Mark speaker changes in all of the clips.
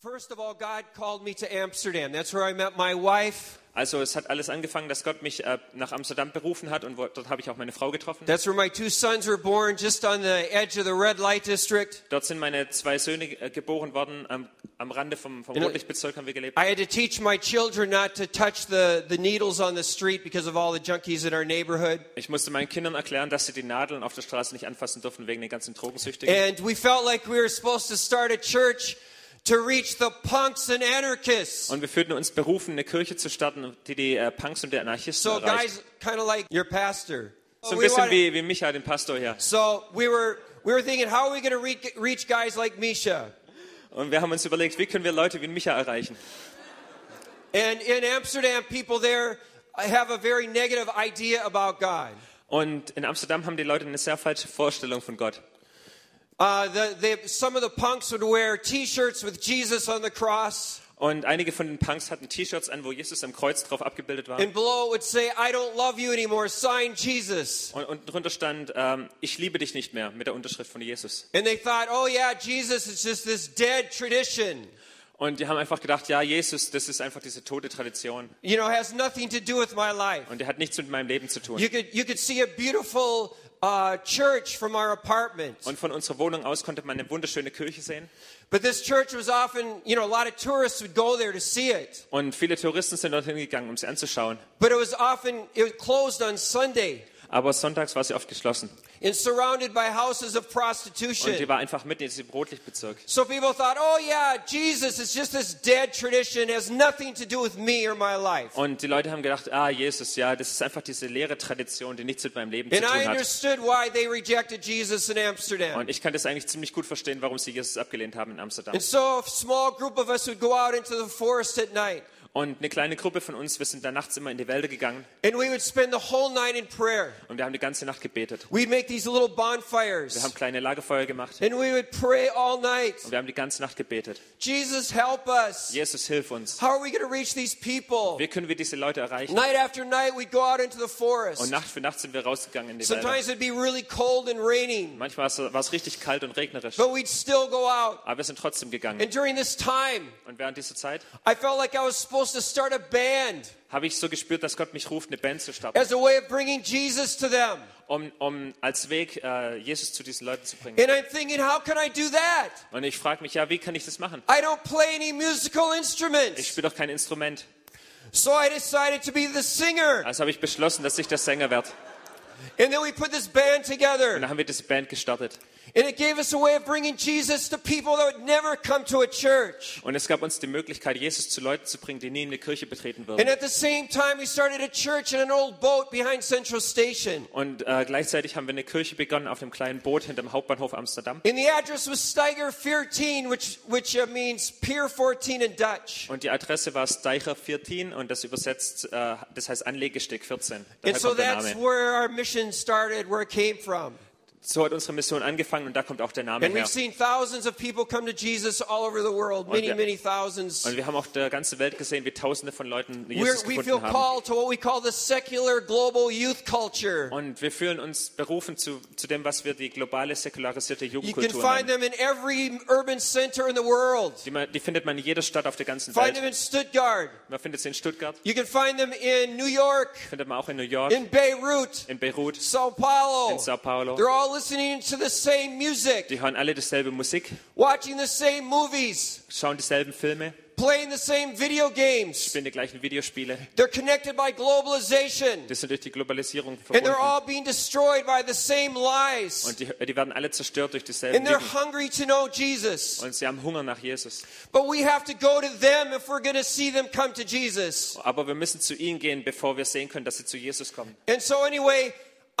Speaker 1: First of all, God called me to Amsterdam. That's where I met my wife.
Speaker 2: Also es hat alles angefangen, dass Gott mich äh, nach Amsterdam berufen hat und wo, dort habe ich auch meine Frau getroffen.
Speaker 1: That's where my two sons were born, just on the edge of the red light district.
Speaker 2: Dort sind meine zwei Söhne äh, geboren worden. Am, am Rande vom, vom
Speaker 1: know-
Speaker 2: Rotlichtbezirk haben wir gelebt.
Speaker 1: I had to teach my children not to touch the, the needles on the street because of all the junkies in our neighborhood.
Speaker 2: Ich musste meinen Kindern erklären, dass sie die Nadeln auf der Straße nicht anfassen dürfen wegen den ganzen Drogensüchtigen.
Speaker 1: And we felt like we were supposed to start a church to reach the punks and anarchists.
Speaker 2: Und wir fühlten uns berufen, eine Kirche zu starten, die die äh, Punks und die Anarchisten
Speaker 1: So,
Speaker 2: erreicht.
Speaker 1: guys, kind of like your pastor. So
Speaker 2: so ein
Speaker 1: we,
Speaker 2: bisschen
Speaker 1: wanted-
Speaker 2: wie, wie Micha, den Pastor hier.
Speaker 1: so we were we were thinking, how are we going to re- reach guys like Misha?
Speaker 2: Und wir haben uns überlegt, wie können wir Leute wie Micha erreichen?
Speaker 1: And in Amsterdam, people there have a very negative idea about God.
Speaker 2: Und in Amsterdam haben die Leute eine sehr falsche Vorstellung von Gott.
Speaker 1: Uh, the, they, some of the punks would wear T-shirts with Jesus on the cross,
Speaker 2: Und einige von den Punks hatten T-Shirts an, wo Jesus am Kreuz drauf abgebildet war.
Speaker 1: and below it would say, "I don't love you anymore." Sign Jesus.
Speaker 2: Und unten drunter stand, ähm, ich liebe dich nicht mehr, mit der Unterschrift von Jesus.
Speaker 1: And they thought, "Oh yeah, Jesus is just this dead tradition.
Speaker 2: Und die haben einfach gedacht, ja, Jesus, das ist einfach diese tote Tradition.
Speaker 1: You know, has nothing to do with my life."
Speaker 2: Und der hat nichts mit meinem Leben zu tun.
Speaker 1: You could you could see a beautiful uh, church from our apartment.
Speaker 2: Und von unserer Wohnung aus konnte man eine wunderschöne Kirche sehen.
Speaker 1: But this church was often, you know, a lot of tourists would go there to see it.
Speaker 2: Und viele Touristen sind dorthin gegangen, um sie anzuschauen.
Speaker 1: But it was often it was closed on Sunday
Speaker 2: Aber sonntags war sie oft geschlossen.
Speaker 1: and surrounded by houses of
Speaker 2: Und die
Speaker 1: prostitution.
Speaker 2: war einfach mitten in diesem Rotlichtbezirk.
Speaker 1: So people thought, oh yeah, Jesus is just this dead tradition, It has nothing to do with me or my life.
Speaker 2: Und die Leute haben gedacht, ah, Jesus, ja, das ist einfach diese leere Tradition, die nichts mit meinem Leben zu
Speaker 1: And I
Speaker 2: tun hat.
Speaker 1: understood why they rejected Jesus in Amsterdam.
Speaker 2: Und ich kann das eigentlich ziemlich gut verstehen, warum sie Jesus abgelehnt haben in Amsterdam.
Speaker 1: And so a small group of us would go out into the forest at night
Speaker 2: Und eine kleine Gruppe von uns, wir sind dann nachts immer in die Wälder gegangen
Speaker 1: and we would spend the whole night in prayer.
Speaker 2: und wir haben die ganze Nacht gebetet.
Speaker 1: We'd make these little
Speaker 2: Wir
Speaker 1: bonfires
Speaker 2: haben kleine Lagerfeuer gemacht
Speaker 1: and we would pray all night.
Speaker 2: und wir haben die ganze Nacht gebetet.
Speaker 1: Jesus, help us.
Speaker 2: Jesus, hilf uns.
Speaker 1: How are we going to reach these people?
Speaker 2: Wie können wir diese Leute erreichen?
Speaker 1: Night after night, we go out into the
Speaker 2: Und
Speaker 1: forest.
Speaker 2: Nacht für Nacht sind wir rausgegangen in die Wälder.
Speaker 1: Sometimes it'd be really cold and raining,
Speaker 2: Manchmal war es richtig kalt und regnerisch,
Speaker 1: but we'd still go out.
Speaker 2: aber wir sind trotzdem gegangen.
Speaker 1: And during this time,
Speaker 2: Und während dieser Zeit
Speaker 1: I felt like I was supposed to start a band
Speaker 2: habe ich so gespürt, dass Gott mich ruft, eine Band zu starten,
Speaker 1: as a way of bringing Jesus to them.
Speaker 2: um, um als Weg äh, Jesus zu diesen Leuten zu bringen.
Speaker 1: And I'm thinking, how can I do that?
Speaker 2: Und ich frage mich, ja, wie kann ich das machen?
Speaker 1: I don't play any musical
Speaker 2: Ich
Speaker 1: instruments.
Speaker 2: spiele doch kein Instrument.
Speaker 1: So I decided to be the singer.
Speaker 2: Also habe ich beschlossen, dass ich der Sänger werde.
Speaker 1: And then we put this band
Speaker 2: Und
Speaker 1: together.
Speaker 2: dann haben wir diese Band gestartet.
Speaker 1: And it gave us a way of bringing Jesus to people that would never come to a church.
Speaker 2: Und es gab uns die Möglichkeit, Jesus zu Leuten zu bringen, die nie eine Kirche betreten
Speaker 1: And
Speaker 2: würden.
Speaker 1: at the same time, we started a church in an old boat behind Central Station.
Speaker 2: Und äh, gleichzeitig haben wir eine Kirche begonnen auf einem kleinen Boot hinterm Hauptbahnhof Amsterdam.
Speaker 1: And the address was Steiger 14, which, which uh, means Pier 14 in Dutch.
Speaker 2: Und die Adresse war Steicher 14 und das übersetzt, äh, das heißt Anlegesteg 14. Daher
Speaker 1: And so
Speaker 2: kommt der
Speaker 1: that's
Speaker 2: Name.
Speaker 1: where our mission started, where it came from.
Speaker 2: So hat unsere Mission angefangen und da kommt auch der Name
Speaker 1: And we've
Speaker 2: her.
Speaker 1: seen thousands of people come to Jesus all over the world, many,
Speaker 2: wir-
Speaker 1: many thousands.
Speaker 2: Und wir haben auf der ganzen Welt gesehen, wie Tausende von Leuten
Speaker 1: We're,
Speaker 2: Jesus
Speaker 1: we feel
Speaker 2: gefunden haben.
Speaker 1: called to what we call the secular global youth culture.
Speaker 2: Und wir fühlen uns berufen zu, zu dem, was wir die globale säkularisierte
Speaker 1: You can
Speaker 2: Jugendkultur
Speaker 1: find
Speaker 2: nennen.
Speaker 1: them in every urban center in the world.
Speaker 2: Die, man, die findet man in jeder Stadt auf der ganzen
Speaker 1: Find them in
Speaker 2: Welt.
Speaker 1: Stuttgart.
Speaker 2: Man findet sie in Stuttgart,
Speaker 1: You can find them in New York,
Speaker 2: findet man auch in New York,
Speaker 1: in Beirut,
Speaker 2: in Beirut,
Speaker 1: Sao Paulo.
Speaker 2: in Sao Paulo.
Speaker 1: They're all listening to the same music,
Speaker 2: Die hören alle dieselbe Musik,
Speaker 1: watching the same movies,
Speaker 2: schauen dieselben Filme,
Speaker 1: playing the same video games.
Speaker 2: spielen die gleichen Videospiele.
Speaker 1: They're connected by globalization,
Speaker 2: Die sind durch die Globalisierung
Speaker 1: and they're
Speaker 2: verbunden.
Speaker 1: all being destroyed by the same lies.
Speaker 2: Und die, die werden alle zerstört durch dieselben
Speaker 1: And they're
Speaker 2: Lügen.
Speaker 1: hungry to know Jesus.
Speaker 2: Und sie haben Hunger nach Jesus.
Speaker 1: But we have to go to them if we're going to see them come to Jesus.
Speaker 2: Aber wir müssen zu ihnen gehen, bevor wir sehen können, dass sie zu Jesus kommen.
Speaker 1: And so, anyway,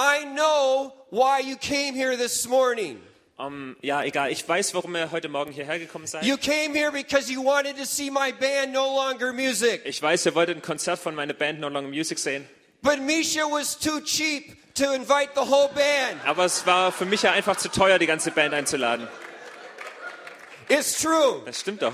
Speaker 1: I know why you came here this morning.
Speaker 2: Ähm, ja, egal. Ich weiß, warum ihr heute Morgen hierher gekommen seid.
Speaker 1: You came here because you wanted to see my band, No Longer Music.
Speaker 2: Ich weiß, ihr wolltet ein Konzert von meiner Band No Longer Music sehen.
Speaker 1: But Misha was too cheap to invite the whole band.
Speaker 2: Aber es war für mich ja einfach zu teuer, die ganze Band einzuladen.
Speaker 1: It's true.
Speaker 2: Das stimmt doch.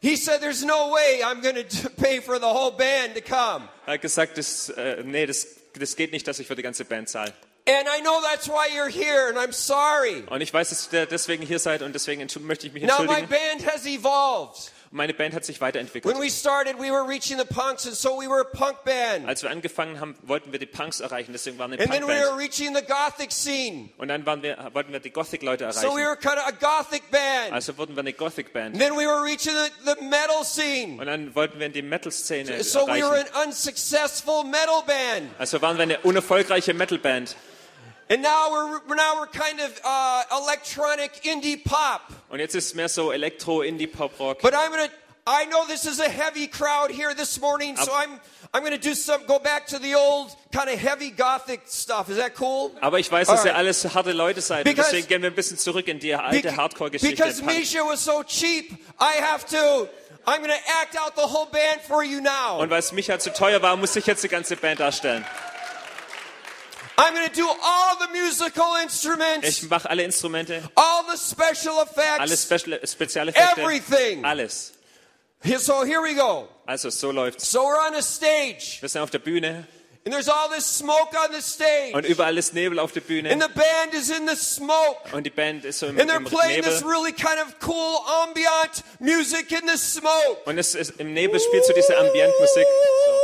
Speaker 1: He said, There's no way I'm going to pay for the whole band to come.
Speaker 2: Er hat gesagt, das, äh, nee, das, das geht nicht, dass ich für die ganze Band zahle.
Speaker 1: And I know that's why you're here, and I'm sorry.
Speaker 2: Und ich weiß, dass ihr deswegen hier seid und deswegen entschuld- möchte ich mich
Speaker 1: Now my
Speaker 2: entschuldigen.
Speaker 1: band has evolved.
Speaker 2: Meine Band hat sich weiterentwickelt.
Speaker 1: When we started, we were reaching the punks, and so we were a punk band.
Speaker 2: Als wir angefangen haben, wollten wir die Punks erreichen, deswegen waren wir eine
Speaker 1: And then we were
Speaker 2: Punkband.
Speaker 1: reaching the gothic scene,
Speaker 2: Und dann waren wir, wollten wir die Gothic-Leute
Speaker 1: so we
Speaker 2: erreichen.
Speaker 1: were Ne- kind of a gothic band.
Speaker 2: Also wurden wir eine Gothic-Band.
Speaker 1: And then we were reaching the, the metal scene,
Speaker 2: Und dann wollten wir in die Metal-Szene
Speaker 1: so we were an
Speaker 2: erreichen.
Speaker 1: unsuccessful metal band.
Speaker 2: Also waren wir eine unerfolgreiche Metal-Band.
Speaker 1: And now we're, we're now we're kind of uh, electronic indie pop.
Speaker 2: Und jetzt ist es mehr so Elektro, Indie, Pop, Rock.
Speaker 1: But I'm gonna. I know this is a heavy crowd here this morning, so I'm I'm gonna do some go back to the old kind of heavy gothic stuff. Is that cool?
Speaker 2: Aber ich weiß, dass ihr
Speaker 1: Alright.
Speaker 2: alles harte Leute seid. Und
Speaker 1: Because-
Speaker 2: deswegen gehen wir ein bisschen zurück in die alte
Speaker 1: Bec-
Speaker 2: Hardcore-Geschichte.
Speaker 1: because
Speaker 2: Punk.
Speaker 1: Misha was so cheap, I have to. I'm gonna act out the whole band for you now.
Speaker 2: Und weil es mich halt zu teuer war, musste ich jetzt die ganze Band darstellen.
Speaker 1: I'm gonna do all the musical instruments,
Speaker 2: Ich mache alle Instrumente,
Speaker 1: all the special
Speaker 2: alle
Speaker 1: effects.
Speaker 2: Special, äh, Spezialeffekte.
Speaker 1: Everything.
Speaker 2: Alles.
Speaker 1: Here- So here we go.
Speaker 2: Also so läuft's.
Speaker 1: So we're on a stage,
Speaker 2: Wir sind auf der Bühne
Speaker 1: and there's all this smoke on the stage.
Speaker 2: und überall ist Nebel auf der Bühne.
Speaker 1: And the band is in the smoke.
Speaker 2: Und die Band ist so im,
Speaker 1: And
Speaker 2: im
Speaker 1: they're playing this
Speaker 2: Nebel.
Speaker 1: really kind of cool ambient music in the smoke.
Speaker 2: Und es ist, im Nebel spielt so diese Ambientmusik. So.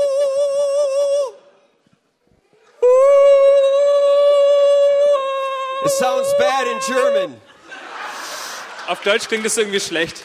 Speaker 1: It sounds bad in German.
Speaker 2: Auf Deutsch klingt es irgendwie schlecht.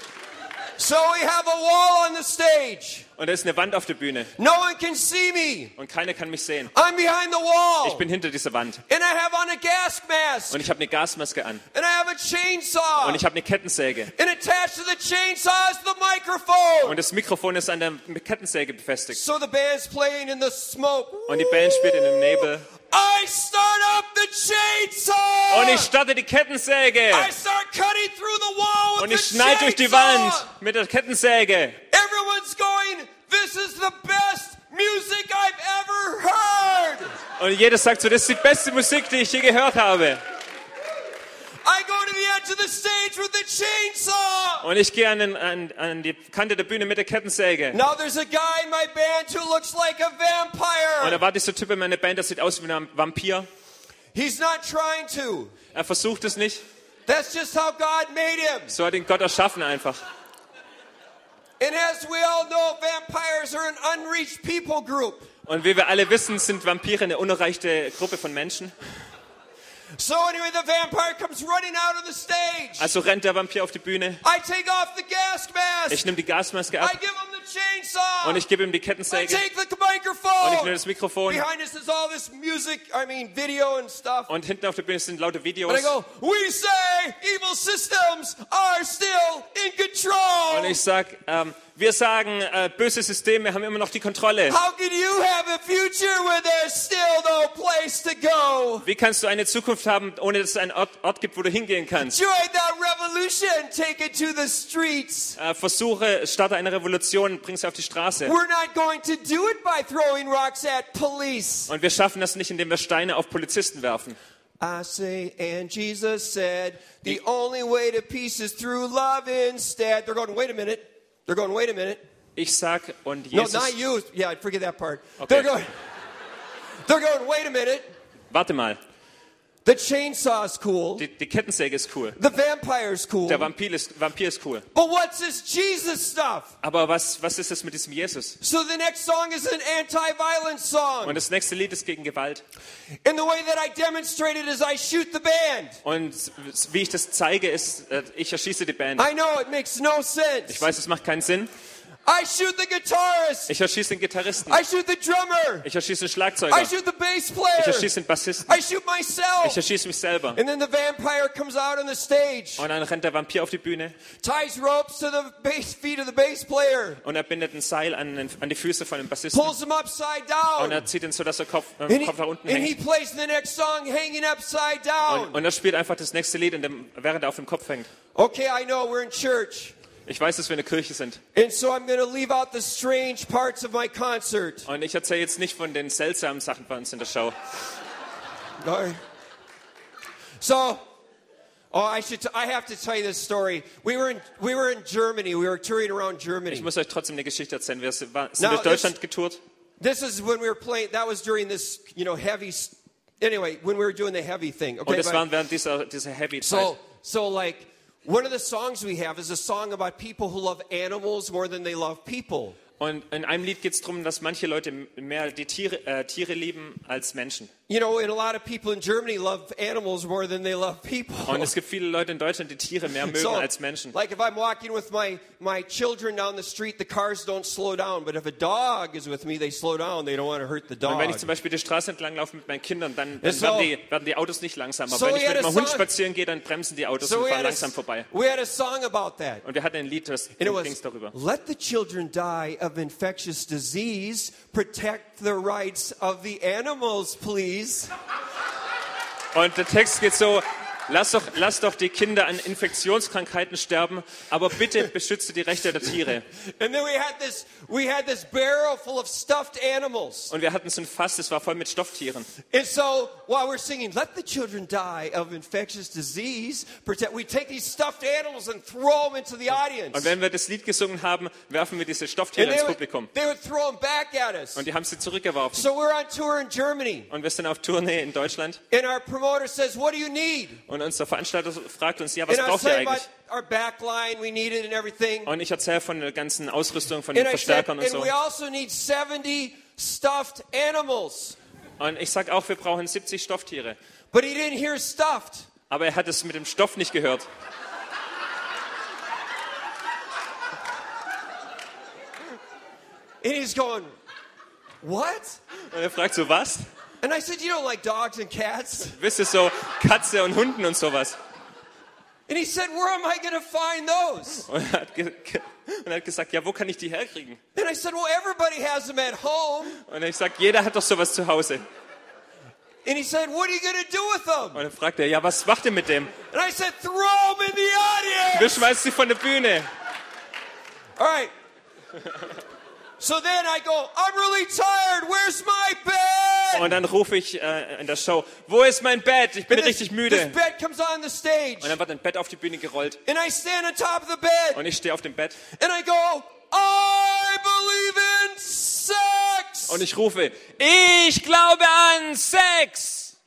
Speaker 1: So we have a wall on the stage.
Speaker 2: Und da ist eine Wand auf der Bühne
Speaker 1: No one can see me.
Speaker 2: und keiner kann mich sehen.
Speaker 1: I'm behind the
Speaker 2: Ich
Speaker 1: wall.
Speaker 2: bin hinter dieser Wand
Speaker 1: And I have on a gas mask.
Speaker 2: und ich habe eine Gasmaske an
Speaker 1: And I have a
Speaker 2: und
Speaker 1: chainsaw.
Speaker 2: ich habe eine Kettensäge
Speaker 1: And attached to the chainsaw is the microphone.
Speaker 2: und das Mikrofon ist an der Kettensäge befestigt
Speaker 1: So the band's playing in the smoke.
Speaker 2: und die Band spielt in dem Nebel
Speaker 1: I start up the chainsaw.
Speaker 2: und ich starte die Kettensäge
Speaker 1: I start cutting through the wall with
Speaker 2: und
Speaker 1: the
Speaker 2: ich schneide durch die
Speaker 1: chainsaw.
Speaker 2: Wand mit der Kettensäge
Speaker 1: Everyone's going. This is the best music I've ever heard.
Speaker 2: und jeder sagt so, das ist die beste Musik, die ich je gehört habe.
Speaker 1: I go to the edge of the stage with the chainsaw.
Speaker 2: Und ich gehe an, den, an, an die Kante der Bühne mit der Kettensäge
Speaker 1: Now there's a guy in my band who looks like a
Speaker 2: und da
Speaker 1: vampire.
Speaker 2: war dieser Typ in meiner Band, der sieht aus wie ein Vampir.
Speaker 1: He's not trying to.
Speaker 2: Er versucht es nicht,
Speaker 1: That's just how God made him.
Speaker 2: so hat ihn Gott erschaffen einfach.
Speaker 1: And as we all know, vampires are an unreached people group.
Speaker 2: Und wie wir alle wissen, sind Vampire eine unerreichte Gruppe von Menschen.
Speaker 1: So anyway, the vampire comes running out of the stage.
Speaker 2: Also rennt der Vampir auf die Bühne.
Speaker 1: I take off the gas
Speaker 2: Ich
Speaker 1: mask.
Speaker 2: nehme die Gasmaske
Speaker 1: I
Speaker 2: ab
Speaker 1: give him the chainsaw.
Speaker 2: und ich gebe ihm die
Speaker 1: I
Speaker 2: Kettensäge
Speaker 1: take the
Speaker 2: und ich nehme
Speaker 1: microphone.
Speaker 2: das Mikrofon
Speaker 1: Behind us is all this music, I mean video and stuff.
Speaker 2: und hinten auf der Bühne sind laute
Speaker 1: But I
Speaker 2: Videos.
Speaker 1: go, we say evil systems are still in
Speaker 2: Und
Speaker 1: control.
Speaker 2: ich sag, ähm, wir sagen, äh, böse Systeme haben immer noch die Kontrolle.
Speaker 1: How can you have a future where there's still no place to go?
Speaker 2: Wie kannst du eine Zukunft haben, ohne dass es einen Ort, Ort gibt, wo du hingehen kannst?
Speaker 1: Join that revolution, take it to the streets.
Speaker 2: Äh, versuche, starte eine Revolution, bring sie auf die Straße.
Speaker 1: We're not going to do it by throwing rocks at police.
Speaker 2: Und wir schaffen das nicht, indem wir Steine auf Polizisten werfen.
Speaker 1: I say, and Jesus said, the only way to peace is through love instead. They're going, wait a minute. They're going, wait a minute.
Speaker 2: Ich sag, und
Speaker 1: No,
Speaker 2: Jesus,
Speaker 1: not you. Yeah, I forget that part.
Speaker 2: Okay.
Speaker 1: They're going, they're going, wait a minute.
Speaker 2: warte mal,
Speaker 1: The chainsaw's cool.
Speaker 2: die, die Kettensäge ist cool.
Speaker 1: The vampire's cool.
Speaker 2: Der Vampir ist, Vampir ist cool.
Speaker 1: But what's this Jesus stuff?
Speaker 2: Aber was, was ist das mit diesem Jesus?
Speaker 1: So the next song is an anti-violence song.
Speaker 2: Und das nächste Lied ist gegen Gewalt.
Speaker 1: And the way that I demonstrate it is I shoot the band.
Speaker 2: Und wie ich das zeige, ist, äh, ich erschieße die Band.
Speaker 1: I know it makes no sense.
Speaker 2: Ich weiß, es macht keinen Sinn.
Speaker 1: I shoot the guitarist.
Speaker 2: Ich erschieße den Gitarristen.
Speaker 1: I shoot the drummer.
Speaker 2: Ich erschieße den
Speaker 1: I
Speaker 2: Schlagzeuger.
Speaker 1: shoot the bass
Speaker 2: Ich
Speaker 1: player.
Speaker 2: erschieße den Bassisten.
Speaker 1: I shoot myself.
Speaker 2: Ich erschieße mich selber.
Speaker 1: And then the vampire comes out on the stage,
Speaker 2: Und dann rennt der Vampir auf die Bühne
Speaker 1: ties ropes to the bass feet of the bass player,
Speaker 2: und er bindet ein Seil an, den, an die Füße von dem Bassisten.
Speaker 1: pulls him upside down,
Speaker 2: Und er zieht ihn so, dass er Kopf,
Speaker 1: and
Speaker 2: äh,
Speaker 1: he,
Speaker 2: Kopf nach unten
Speaker 1: and he
Speaker 2: hängt.
Speaker 1: plays the next song hanging upside
Speaker 2: Und,
Speaker 1: down.
Speaker 2: und er spielt einfach das nächste Lied, in dem, während er auf dem Kopf hängt.
Speaker 1: Okay, I know we're in church,
Speaker 2: Ich weiß, dass wir eine Kirche sind.
Speaker 1: and so I'm going to leave out the strange parts of my concert.
Speaker 2: Und ich erzähle jetzt nicht von den seltsamen Sachen bei uns in der Show.
Speaker 1: All right. So, oh, I should. T- I have to tell you this story. We were in we were in Germany. We were touring around Germany.
Speaker 2: Ich muss euch trotzdem eine Geschichte erzählen. Wir sind, waren- sind
Speaker 1: Now,
Speaker 2: durch Deutschland getourt.
Speaker 1: This is when we were playing. That was during this, you know, heavy s- Anyway, when we were doing the heavy thing. Okay,
Speaker 2: Und das
Speaker 1: but-
Speaker 2: waren während dieser, dieser Heavy-Zeit.
Speaker 1: so, so like one of the songs we have is a song about people who love animals more than they love people.
Speaker 2: Und in einem Lied geht es darum, dass manche Leute mehr die Tiere, äh, Tiere lieben als Menschen.
Speaker 1: You know, and a lot of people in Germany love animals more than they love people.
Speaker 2: Und es gibt viele Leute in Deutschland, die Tiere mehr mögen
Speaker 1: So,
Speaker 2: als Menschen.
Speaker 1: like if I'm walking with my, my children down the street, the cars don't slow down. But if a dog is with me, they slow down. They don't want to hurt the
Speaker 2: Und wenn
Speaker 1: dog.
Speaker 2: ich zum Beispiel die Straße entlang laufe mit meinen Kindern, dann, dann
Speaker 1: So-
Speaker 2: werden, die, werden die Autos nicht langsamer.
Speaker 1: So
Speaker 2: wenn ich
Speaker 1: we had
Speaker 2: mit
Speaker 1: a
Speaker 2: meinem Hund
Speaker 1: song-
Speaker 2: spazieren gehe, dann bremsen die Autos
Speaker 1: So
Speaker 2: und
Speaker 1: we
Speaker 2: fahren
Speaker 1: had, a,
Speaker 2: langsam
Speaker 1: s-
Speaker 2: vorbei.
Speaker 1: we had a song about that.
Speaker 2: Und wir hatten ein Lied, das
Speaker 1: And it
Speaker 2: ging
Speaker 1: was,
Speaker 2: darüber.
Speaker 1: let the children die of infectious disease. Protect the rights of the animals, please.
Speaker 2: Und der Text geht so, lass doch, lass doch die Kinder an Infektionskrankheiten sterben, aber bitte beschütze die Rechte der Tiere.
Speaker 1: And then we had this, we had this barrel full of stuffed animals.
Speaker 2: Und wir hatten so ein Fass, das war voll mit Stofftieren.
Speaker 1: And so while we're singing, let the children die of infectious disease, protect, we take these stuffed animals and throw them into the audience.
Speaker 2: Und wenn wir das Lied gesungen haben, werfen wir diese Stofftiere
Speaker 1: And they
Speaker 2: ins
Speaker 1: would,
Speaker 2: Publikum.
Speaker 1: they would throw them back at us.
Speaker 2: Und die haben sie zurückgeworfen.
Speaker 1: So we're on tour in Germany,
Speaker 2: Und wir sind auf Tournee in Deutschland
Speaker 1: and our promoter says, What do you need?
Speaker 2: und unser Veranstalter fragt uns, ja, was
Speaker 1: And I Oh,
Speaker 2: braucht ihr
Speaker 1: say about
Speaker 2: eigentlich?
Speaker 1: our back line, we need it and everything.
Speaker 2: Und ich erzähle von der ganzen Ausrüstung, von den
Speaker 1: And I said,
Speaker 2: Verstärkern und
Speaker 1: and
Speaker 2: so.
Speaker 1: we also need 70 stuffed animals.
Speaker 2: Und ich sag auch, wir brauchen 70 Stofftiere.
Speaker 1: But he didn't hear stuffed.
Speaker 2: Aber er hat es mit dem Stoff nicht gehört.
Speaker 1: And he's going, What?
Speaker 2: Und er fragt so, was?
Speaker 1: And I said, You don't like dogs and cats?
Speaker 2: Wisst ihr so, Katze und Hunden und sowas.
Speaker 1: And he said, Where am I going to find those?
Speaker 2: Und er, hat ge ge- und er hat gesagt, ja, wo kann ich die herkriegen?
Speaker 1: And I said, Well, everybody has them at home.
Speaker 2: Und ich sag, jeder hat doch sowas zu Hause.
Speaker 1: And he said, What are you going to do with them?
Speaker 2: Und dann fragt er, ja, was macht ihr mit dem?
Speaker 1: And I said, Throw them in the audience.
Speaker 2: Wir schmeißen sie von der Bühne.
Speaker 1: All right. So then I go, I'm really tired. Where's my bed?
Speaker 2: Und dann rufe ich äh, in der Show, wo ist mein Bett? Ich bin
Speaker 1: And this-
Speaker 2: richtig
Speaker 1: This
Speaker 2: müde.
Speaker 1: bed comes on the stage.
Speaker 2: Und dann wird ein Bett auf die Bühne gerollt.
Speaker 1: And I stand on top of the bed.
Speaker 2: Und ich stehe auf dem Bett
Speaker 1: And I go, I believe in sex.
Speaker 2: und ich rufe, ich glaube an Sex.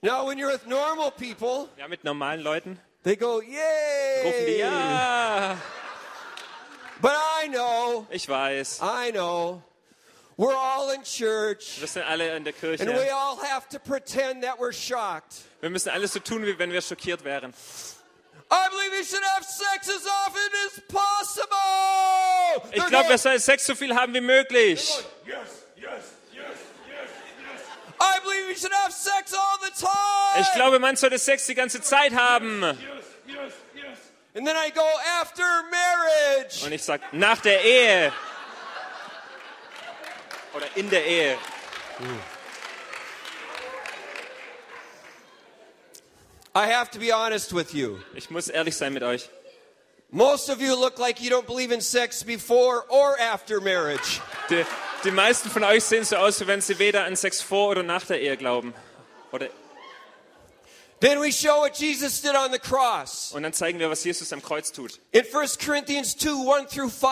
Speaker 1: now, when you're with normal people,
Speaker 2: Ja, mit normalen Leuten
Speaker 1: they go,
Speaker 2: rufen die,
Speaker 1: Yay.
Speaker 2: ja,
Speaker 1: But I know,
Speaker 2: ich weiß.
Speaker 1: I know, we're all in church.
Speaker 2: Wir sind alle in der
Speaker 1: And we
Speaker 2: Kirche.
Speaker 1: all have to pretend that we're shocked.
Speaker 2: Wir müssen alles so tun, wie wenn wir schockiert wären.
Speaker 1: I believe you should have sex as often as possible.
Speaker 2: Ich
Speaker 1: They're
Speaker 2: glaube, wir
Speaker 1: going,
Speaker 2: sollen Sex so viel haben wie möglich.
Speaker 1: I believe you should have sex all the time.
Speaker 2: Ich glaube, man sollte Sex die ganze Zeit haben.
Speaker 1: and then I go after marriage.
Speaker 2: Und ich sag, nach der Ehe. Oder in der Ehe.
Speaker 1: I have to be honest with you.
Speaker 2: Ich muss ehrlich sein mit euch.
Speaker 1: Most of you look like you don't believe in sex before or after marriage.
Speaker 2: Die, die meisten von euch sehen so aus, wie wenn sie weder an Sex vor oder nach der Ehe glauben. Oder,
Speaker 1: Then we show what Jesus did on the cross.
Speaker 2: und dann zeigen wir, was Jesus am Kreuz tut.
Speaker 1: In 1 Corinthians 2 1 through 5,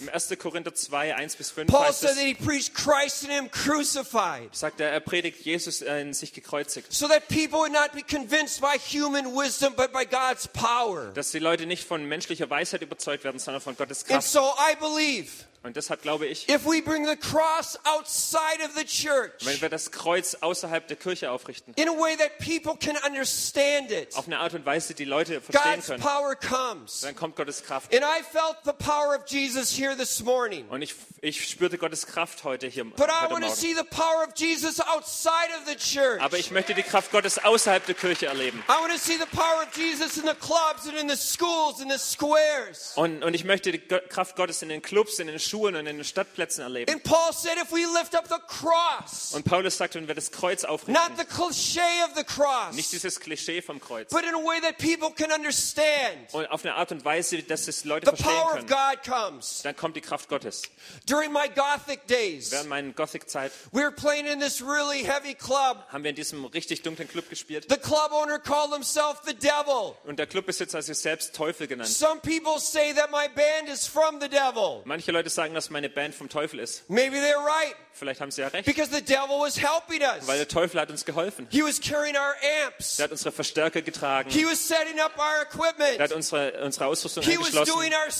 Speaker 2: Im 1. Korinther 2, 1 bis 5
Speaker 1: Paul
Speaker 2: heißt
Speaker 1: said that
Speaker 2: es,
Speaker 1: he preached Christ and Him crucified.
Speaker 2: sagt er, er predigt Jesus äh, in sich gekreuzigt.
Speaker 1: So that people would not be convinced by human wisdom, but by God's power.
Speaker 2: Dass die Leute nicht von menschlicher Weisheit überzeugt werden, sondern von Gottes
Speaker 1: And
Speaker 2: Kraft.
Speaker 1: so I believe
Speaker 2: Und deshalb glaube ich,
Speaker 1: if we bring the cross outside of the church
Speaker 2: wenn wir das Kreuz außerhalb der Kirche aufrichten,
Speaker 1: in a way that people can understand it,
Speaker 2: auf eine Art und Weise, die Leute verstehen
Speaker 1: God's
Speaker 2: können,
Speaker 1: power comes.
Speaker 2: dann kommt Gottes Kraft.
Speaker 1: And I felt the power of Jesus here this morning.
Speaker 2: Und ich, ich spürte Gottes Kraft heute hier
Speaker 1: But I
Speaker 2: heute
Speaker 1: want to
Speaker 2: Morgen.
Speaker 1: see the power of Jesus outside of the church.
Speaker 2: Aber ich möchte die Kraft Gottes außerhalb der Kirche erleben.
Speaker 1: I want to see the power of Jesus in the clubs and in the schools and the squares.
Speaker 2: Und, und ich möchte die Go Kraft Gottes in den Clubs, in den Schulen und in den Stadtplätzen erleben.
Speaker 1: And Paul said if we lift up the cross,
Speaker 2: Und Paulus sagt, wenn wir das Kreuz
Speaker 1: not
Speaker 2: aufrichten,
Speaker 1: the cliche of the
Speaker 2: nicht
Speaker 1: cross,
Speaker 2: dieses Klischee vom Kreuz,
Speaker 1: but in a way that people can understand.
Speaker 2: und auf eine Art und Weise, dass es Leute
Speaker 1: The
Speaker 2: verstehen
Speaker 1: power of
Speaker 2: können,
Speaker 1: God comes.
Speaker 2: dann kommt die Kraft Gottes.
Speaker 1: During my Gothic days,
Speaker 2: Während meiner Gothic-Zeit
Speaker 1: we were playing in this really heavy club.
Speaker 2: haben wir in diesem richtig dunklen Club gespielt.
Speaker 1: The club owner called himself the devil.
Speaker 2: Und der Clubbesitzer hat sich selbst Teufel genannt.
Speaker 1: Some people say that my band is from the devil.
Speaker 2: Manche Leute sagen, dass meine Band vom Teufel ist.
Speaker 1: Maybe they're right
Speaker 2: Vielleicht haben sie ja recht,
Speaker 1: because the devil was helping us.
Speaker 2: weil der Teufel hat uns geholfen.
Speaker 1: He was carrying our amps.
Speaker 2: Der hat unsere Verstärker getragen.
Speaker 1: He was setting up our equipment.
Speaker 2: Der hat unsere, unsere Ausrüstung
Speaker 1: He was doing
Speaker 2: angeschlossen.
Speaker 1: our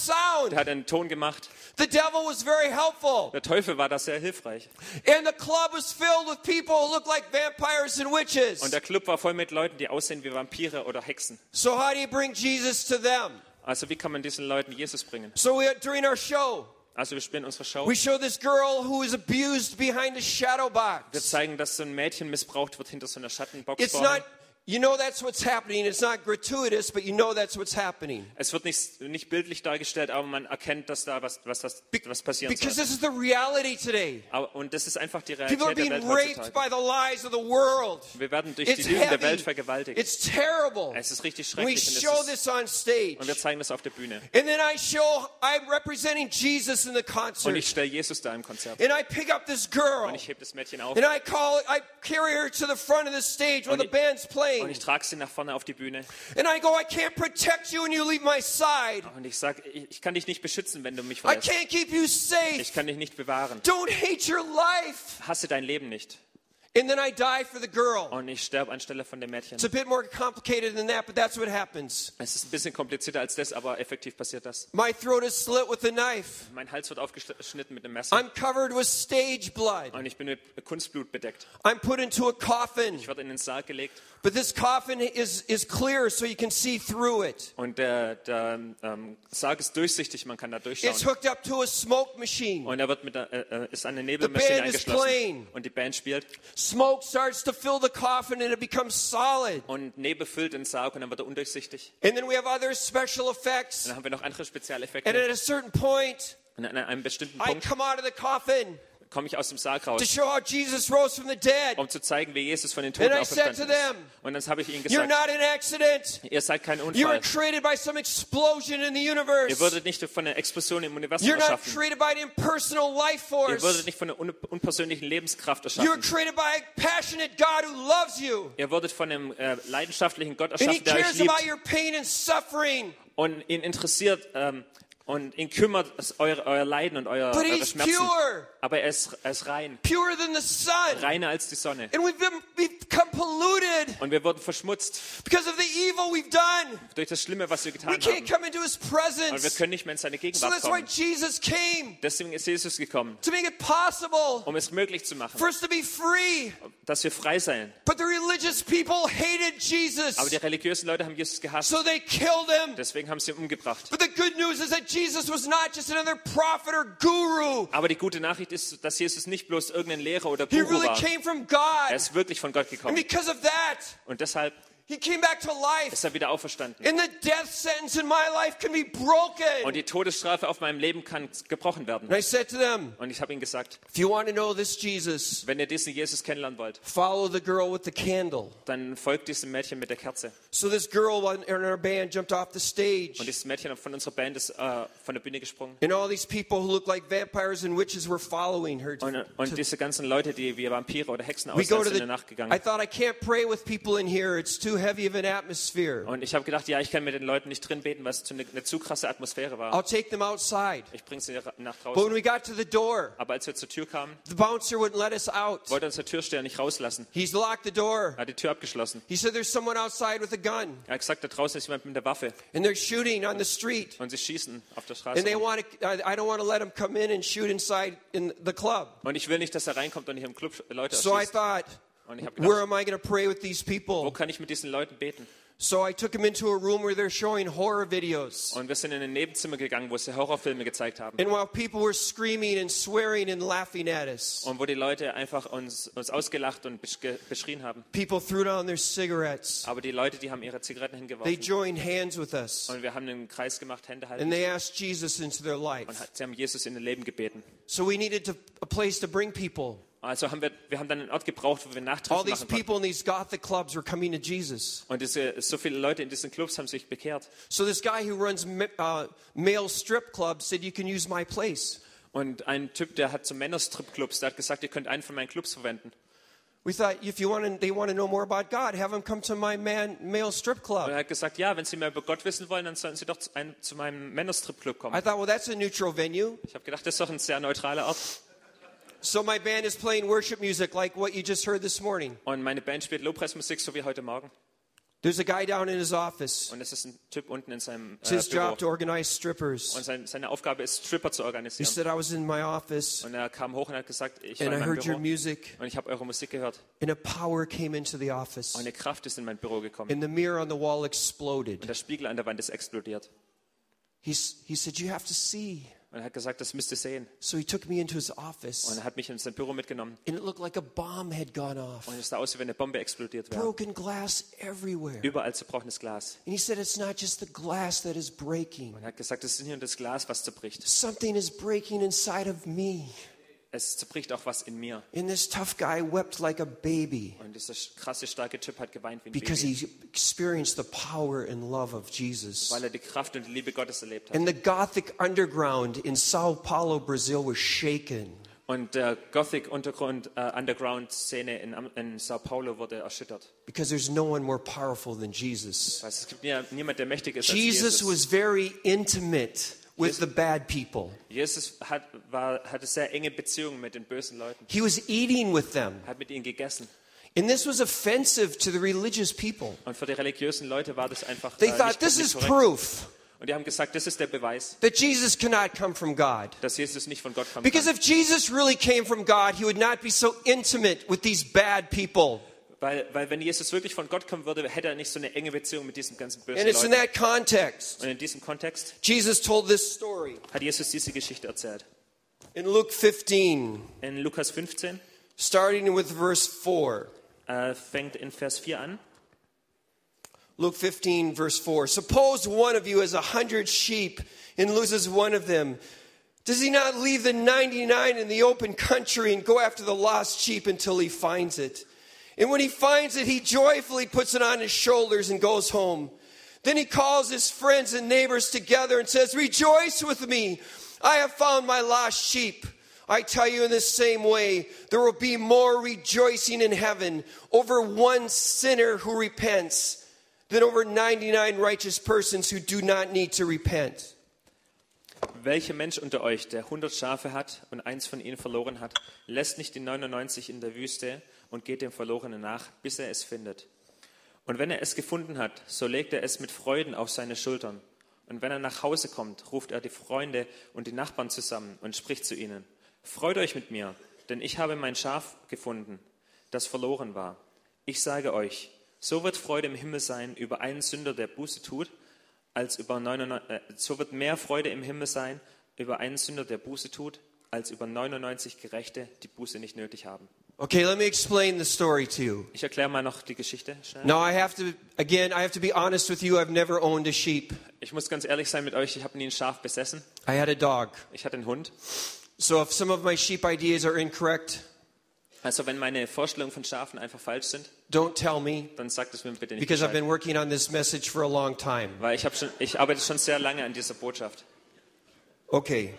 Speaker 1: sound.
Speaker 2: Der hat einen Ton gemacht.
Speaker 1: The devil was very helpful.
Speaker 2: Der Teufel war da sehr hilfreich.
Speaker 1: And the club was filled with people who looked like vampires and
Speaker 2: Und
Speaker 1: witches.
Speaker 2: der Club war voll mit Leuten, die aussehen wie Vampire oder Hexen.
Speaker 1: So how do you bring Jesus to them?
Speaker 2: Also wie kann man diesen Leuten Jesus bringen?
Speaker 1: So we, during our show,
Speaker 2: Also wir spielen unsere Show.
Speaker 1: we show this girl who is abused behind a shadow
Speaker 2: Wir
Speaker 1: box.
Speaker 2: zeigen, dass so ein Mädchen missbraucht wird hinter so einer Schattenbox.
Speaker 1: It's not, you know that's what's happening. It's not gratuitous, but you know that's what's happening.
Speaker 2: Es wird nicht, nicht bildlich dargestellt, aber man erkennt, dass da was, was, was, was passieren
Speaker 1: Because
Speaker 2: soll.
Speaker 1: this is the reality today.
Speaker 2: Aber, und das ist einfach die
Speaker 1: People are
Speaker 2: Realität der Welt
Speaker 1: being raped
Speaker 2: heutzutage.
Speaker 1: by the lies of the world.
Speaker 2: Wir werden durch die
Speaker 1: It's
Speaker 2: Lügen der
Speaker 1: heavy.
Speaker 2: Welt vergewaltigt.
Speaker 1: It's terrible.
Speaker 2: Es ist richtig
Speaker 1: We
Speaker 2: schrecklich und,
Speaker 1: show
Speaker 2: es ist,
Speaker 1: this on stage.
Speaker 2: und wir zeigen das auf der Bühne.
Speaker 1: And then I show I'm representing Jesus in the
Speaker 2: Und ich
Speaker 1: concert.
Speaker 2: stelle Jesus da im Konzert.
Speaker 1: And I pick up this girl.
Speaker 2: Und ich hebe das Mädchen auf
Speaker 1: And I call I carry her to the front of the stage where
Speaker 2: Und
Speaker 1: the
Speaker 2: ich-
Speaker 1: band's
Speaker 2: und
Speaker 1: playing.
Speaker 2: ich trage sie nach vorne auf die Bühne.
Speaker 1: And I go, I can't protect you when you leave my side.
Speaker 2: Und ich sage, ich ich kann dich nicht beschützen, wenn du mich
Speaker 1: I
Speaker 2: verlässt.
Speaker 1: can't keep you
Speaker 2: Ich
Speaker 1: safe.
Speaker 2: kann dich nicht bewahren.
Speaker 1: Don't hate your life.
Speaker 2: Hasse dein Leben nicht.
Speaker 1: And then I die for the girl.
Speaker 2: Und ich sterbe anstelle von dem Mädchen.
Speaker 1: It's a bit more complicated than that, but that's what happens.
Speaker 2: Es ist ein bisschen komplizierter als das, aber effektiv passiert das.
Speaker 1: My throat is slit with a knife.
Speaker 2: Mein Hals wird aufgeschnitten mit einem Messer.
Speaker 1: I'm covered with stage blood.
Speaker 2: Und ich bin mit Kunstblut bedeckt.
Speaker 1: I'm put into a coffin.
Speaker 2: Ich werde in den Sarg gelegt.
Speaker 1: But this coffin is, is clear so you can see through it.
Speaker 2: Und der, der ähm, Sarg ist durchsichtig, man kann da
Speaker 1: It's
Speaker 2: durchschauen.
Speaker 1: hooked up to a smoke machine.
Speaker 2: Und er wird mit, der- äh, äh, ist an eine Nebelmaschine
Speaker 1: band is playing.
Speaker 2: angeschlossen. Und die Band spielt.
Speaker 1: Smoke starts to fill the coffin and it becomes solid.
Speaker 2: Und Nebel füllt den Sarg und dann wird er undurchsichtig.
Speaker 1: And then we have other special
Speaker 2: Und
Speaker 1: effects.
Speaker 2: dann haben wir noch
Speaker 1: And
Speaker 2: andere
Speaker 1: at
Speaker 2: Spezialeffekte.
Speaker 1: a certain point,
Speaker 2: Und an einem bestimmten
Speaker 1: I
Speaker 2: Punkt
Speaker 1: come out of the coffin
Speaker 2: komme ich aus dem Sarg
Speaker 1: to
Speaker 2: raus,
Speaker 1: show how Jesus rose from the dead.
Speaker 2: um zu zeigen, wie Jesus von den Toten
Speaker 1: And I said to
Speaker 2: auferstanden ist.
Speaker 1: them,
Speaker 2: Und dann habe ich ihnen
Speaker 1: You're
Speaker 2: gesagt,
Speaker 1: not an accident.
Speaker 2: ihr seid kein
Speaker 1: You were
Speaker 2: Unfall.
Speaker 1: created by some explosion in the
Speaker 2: Ihr
Speaker 1: universe.
Speaker 2: würdet nicht von einer Explosion im Universum
Speaker 1: You're not
Speaker 2: erschaffen.
Speaker 1: created by an impersonal life
Speaker 2: Ihr würdet
Speaker 1: force.
Speaker 2: nicht von einer un unpersönlichen Lebenskraft
Speaker 1: You were
Speaker 2: erschaffen.
Speaker 1: created by a passionate God who loves you.
Speaker 2: Ihr würdet von einem äh, leidenschaftlichen Gott
Speaker 1: And he
Speaker 2: erschaffen, der euch
Speaker 1: cares about
Speaker 2: liebt
Speaker 1: your pain and suffering.
Speaker 2: und ihn interessiert ähm, und ihn kümmert es euer, euer Leiden und euer,
Speaker 1: But
Speaker 2: eure
Speaker 1: he's
Speaker 2: Schmerzen.
Speaker 1: pure,
Speaker 2: Aber er ist, er ist rein,
Speaker 1: purer than the sun.
Speaker 2: reiner als die Sonne.
Speaker 1: And we've been, we've become polluted
Speaker 2: Und wir wurden verschmutzt
Speaker 1: because of the evil we've done.
Speaker 2: durch das Schlimme, was wir
Speaker 1: We
Speaker 2: getan
Speaker 1: can't
Speaker 2: haben.
Speaker 1: come into his
Speaker 2: Und wir
Speaker 1: presence.
Speaker 2: können nicht mehr in seine
Speaker 1: So
Speaker 2: Gegenwart
Speaker 1: that's why
Speaker 2: kommen.
Speaker 1: Jesus came
Speaker 2: Deswegen ist Jesus gekommen,
Speaker 1: to make it possible
Speaker 2: um es möglich zu machen,
Speaker 1: for us to be free.
Speaker 2: dass wir frei sein.
Speaker 1: But the religious people hated
Speaker 2: Aber die
Speaker 1: Jesus,
Speaker 2: religiösen Leute haben Jesus gehasst,
Speaker 1: so they killed him.
Speaker 2: deswegen haben sie ihn umgebracht.
Speaker 1: But the good news is that Jesus was not just another prophet or guru.
Speaker 2: Aber die gute Nachricht ist, dass Jesus nicht bloß irgendein Lehrer oder
Speaker 1: He
Speaker 2: Guru
Speaker 1: really
Speaker 2: war.
Speaker 1: came from
Speaker 2: Er
Speaker 1: God.
Speaker 2: ist wirklich von Gott
Speaker 1: And
Speaker 2: gekommen.
Speaker 1: because of that,
Speaker 2: Und deshalb
Speaker 1: he came back to life.
Speaker 2: ist er wieder auferstanden.
Speaker 1: And the death sentence in my life can be
Speaker 2: Und
Speaker 1: broken.
Speaker 2: die Todesstrafe auf meinem Leben kann gebrochen werden.
Speaker 1: And I said to them,
Speaker 2: Und ich habe ihm gesagt,
Speaker 1: if you want to know this Jesus,
Speaker 2: wenn ihr diesen Jesus kennenlernen wollt,
Speaker 1: follow the girl with the candle.
Speaker 2: dann folgt diesem Mädchen mit der Kerze.
Speaker 1: So this girl in our band jumped off the stage.
Speaker 2: Und dieses Mädchen von unserer Band ist äh, von der Bühne gesprungen.
Speaker 1: And all these people who looked like vampires and witches were following her.
Speaker 2: Und, und diese ganzen Leute, die wie Vampire oder Hexen
Speaker 1: We
Speaker 2: aussehen,
Speaker 1: go to
Speaker 2: sind in der
Speaker 1: the.
Speaker 2: Nacht gegangen.
Speaker 1: I thought I can't pray with people in here. It's too heavy of an atmosphere.
Speaker 2: Und ich habe gedacht, ja, ich kann mit den Leuten nicht drin beten, weil es zu eine, eine zu krasse Atmosphäre war.
Speaker 1: I'll take them outside.
Speaker 2: Ich bringe sie nach
Speaker 1: But when
Speaker 2: draußen.
Speaker 1: we got to the door,
Speaker 2: Aber als wir zur Tür kamen,
Speaker 1: the bouncer wouldn't let us out.
Speaker 2: wollte uns der Türsteher nicht rauslassen.
Speaker 1: He's locked the door.
Speaker 2: Er hat die Tür abgeschlossen.
Speaker 1: He said there's someone outside with a gun
Speaker 2: Er hat gesagt, da draußen ist jemand mit der Waffe.
Speaker 1: and they're shooting on the street.
Speaker 2: Und sie schießen auf der
Speaker 1: And they
Speaker 2: Straße.
Speaker 1: want to. I, I don't want to let them come in and shoot inside in the club.
Speaker 2: Und ich will nicht, dass er reinkommt und hier im Club Leute
Speaker 1: So I
Speaker 2: erschießt.
Speaker 1: thought,
Speaker 2: Und ich habe
Speaker 1: where
Speaker 2: gedacht,
Speaker 1: am I going to pray with these
Speaker 2: wo
Speaker 1: people?
Speaker 2: kann ich mit diesen Leuten beten?
Speaker 1: So I took them into a room where they're showing horror videos.
Speaker 2: Und wir sind in ein Nebenzimmer gegangen, wo sie Horrorfilme gezeigt haben.
Speaker 1: And while people were screaming and swearing and laughing at us,
Speaker 2: Und wo die Leute einfach uns, uns ausgelacht und besch ge- beschrien haben.
Speaker 1: people threw down their cigarettes.
Speaker 2: Aber die Leute, die haben ihre Zigaretten
Speaker 1: They
Speaker 2: hingeworfen.
Speaker 1: joined hands with us
Speaker 2: Und wir haben einen Kreis gemacht, Hände halten.
Speaker 1: and they asked Jesus into their
Speaker 2: Und
Speaker 1: life.
Speaker 2: hat- sie haben Jesus in ihr Leben gebeten.
Speaker 1: So we needed to, a place to bring people.
Speaker 2: Also haben wir, wir haben dann einen Ort gebraucht, wo wir
Speaker 1: All
Speaker 2: Nachtreffen
Speaker 1: these
Speaker 2: machen konnten.
Speaker 1: people in these gothic clubs were coming to Jesus.
Speaker 2: Und diese, so viele Leute in diesen Clubs haben sich bekehrt.
Speaker 1: So this guy who runs ma- uh, male strip clubs said, "You can use my place."
Speaker 2: Und ein Typ, der hat so Männerstripclubs, der hat gesagt, ihr könnt einen von meinen Clubs verwenden.
Speaker 1: We thought if you want to, they want to know more about God, have them come to my man male strip
Speaker 2: Und er
Speaker 1: club.
Speaker 2: hat gesagt, ja, wenn Sie mehr über Gott wissen wollen, dann sollen Sie doch zu, einem, zu meinem Männerstripclub
Speaker 1: I
Speaker 2: kommen.
Speaker 1: thought, well, that's a neutral venue.
Speaker 2: Ich habe gedacht, das ist doch ein sehr neutraler Ort.
Speaker 1: So my band is playing worship music like what you just heard this morning.
Speaker 2: Und meine Band spielt Lobpreismusik, so wie heute Morgen.
Speaker 1: There's a guy down in his office.
Speaker 2: Und es ist ein Typ unten in seinem
Speaker 1: It's
Speaker 2: äh,
Speaker 1: his
Speaker 2: Büro.
Speaker 1: job to organize strippers.
Speaker 2: Und sein, seine Aufgabe ist, Stripper zu
Speaker 1: He
Speaker 2: organisieren.
Speaker 1: said, I was in my office
Speaker 2: Und er kam hoch und hat gesagt, ich war
Speaker 1: and I
Speaker 2: in meinem
Speaker 1: heard your
Speaker 2: Büro
Speaker 1: music,
Speaker 2: und ich habe eure Musik gehört.
Speaker 1: and a power came into the
Speaker 2: Und
Speaker 1: office,
Speaker 2: eine Kraft ist in mein Büro gekommen.
Speaker 1: and the mirror on the wall
Speaker 2: Und
Speaker 1: exploded.
Speaker 2: der Spiegel an der Wand ist explodiert.
Speaker 1: He, s- he said, You have to see.
Speaker 2: Und er hat gesagt, das müsst ihr sehen.
Speaker 1: So he took me into his
Speaker 2: Und
Speaker 1: office,
Speaker 2: er hat mich in sein Büro mitgenommen.
Speaker 1: and it looked like a bomb had gone off.
Speaker 2: Und es sah aus, wie wenn eine Bombe explodiert wäre.
Speaker 1: Broken glass everywhere. And
Speaker 2: Überall zerbrochenes Glas.
Speaker 1: he said, It's not just the glass that is breaking,
Speaker 2: Und er hat gesagt, es ist nicht nur das Glas, was zerbricht.
Speaker 1: something is breaking inside of me.
Speaker 2: Es zerbricht auch was in mir.
Speaker 1: And this tough guy wept like a baby
Speaker 2: Und dieser krasse, starke Typ hat geweint wie ein
Speaker 1: because
Speaker 2: Baby,
Speaker 1: he experienced the power and love of Jesus.
Speaker 2: weil er die Kraft und die Liebe Gottes erlebt hat.
Speaker 1: And the Gothic underground in Sao Paulo, Brazil was shaken.
Speaker 2: Und der Gothic-Untergrund, äh, Underground-Szene in, Am- in Sao Paulo wurde erschüttert.
Speaker 1: Because there's no one more powerful than Jesus.
Speaker 2: Weil es gibt nie, niemand, der mächtig ist als Jesus.
Speaker 1: Jesus was very intimate with the bad people.
Speaker 2: Jesus hat, war, hatte sehr enge Beziehungen mit den bösen Leuten,
Speaker 1: He was eating with them.
Speaker 2: hat mit ihnen gegessen.
Speaker 1: And this was offensive to the religious people.
Speaker 2: Und für die religiösen Leute war das einfach
Speaker 1: They
Speaker 2: äh,
Speaker 1: thought
Speaker 2: nicht
Speaker 1: Uh, this
Speaker 2: nicht
Speaker 1: is
Speaker 2: korrekt.
Speaker 1: proof
Speaker 2: Und die haben gesagt, das ist der Beweis,
Speaker 1: that Jesus cannot come from God.
Speaker 2: dass Jesus nicht von Gott kommt.
Speaker 1: Because if Jesus really came from God, he would not be so intimate with these bad people.
Speaker 2: Weil, weil wenn Jesus wirklich von Gott kommen würde, hätte er nicht so eine enge Beziehung mit diesen ganzen bösen
Speaker 1: And it's in
Speaker 2: Leuten.
Speaker 1: that context.
Speaker 2: Und in diesem Kontext
Speaker 1: Jesus told this story
Speaker 2: hat Jesus diese Geschichte erzählt.
Speaker 1: in Luke 15.
Speaker 2: In Lukas 15
Speaker 1: starting with verse 4.
Speaker 2: äh, fängt in Vers 4 an.
Speaker 1: Luke 15, verse 4. Suppose one of you has a hundred sheep and loses one of them. Does he not leave the 99 in the open country and go after the lost sheep until he finds it? And when he finds it, he joyfully puts it on his shoulders and goes home. Then he calls his friends and neighbors together and says, Rejoice with me. I have found my lost sheep. I tell you in the same way, there will be more rejoicing in heaven over one sinner who repents than over 99 righteous persons who do not need to repent.
Speaker 2: Welcher Mensch unter euch, der 100 Schafe hat und eins von ihnen verloren hat, lässt nicht die 99 in der Wüste und geht dem Verlorenen nach, bis er es findet? Und wenn er es gefunden hat, so legt er es mit Freuden auf seine Schultern. Und wenn er nach Hause kommt, ruft er die Freunde und die Nachbarn zusammen und spricht zu ihnen. Freut euch mit mir, denn ich habe mein Schaf gefunden, das verloren war. Ich sage euch, so wird Freude im Himmel sein über einen Sünder, der Buße tut, als über 99, äh, so wird mehr Freude im Himmel sein über einen Sünder, der Buße tut, als über 99 Gerechte, die Buße nicht nötig haben.
Speaker 1: Okay, let me explain the story to you.
Speaker 2: Ich erkläre mal noch die Geschichte schnell.
Speaker 1: Now, I have to, again, I have to be honest with you. I've never owned a sheep.
Speaker 2: Ich muss ganz ehrlich sein mit euch, ich habe nie ein Schaf besessen.
Speaker 1: I had a dog.
Speaker 2: Ich hatte einen Hund.
Speaker 1: So if some of my sheep ideas are incorrect,
Speaker 2: Also wenn meine Vorstellungen von Schafen einfach falsch sind,
Speaker 1: don't tell me
Speaker 2: dann sagt es mir bitte nicht.
Speaker 1: because I've
Speaker 2: Bescheid.
Speaker 1: been working on this message for a long time.
Speaker 2: Weil ich, hab schon, ich arbeite schon sehr lange an dieser Botschaft.
Speaker 1: Okay.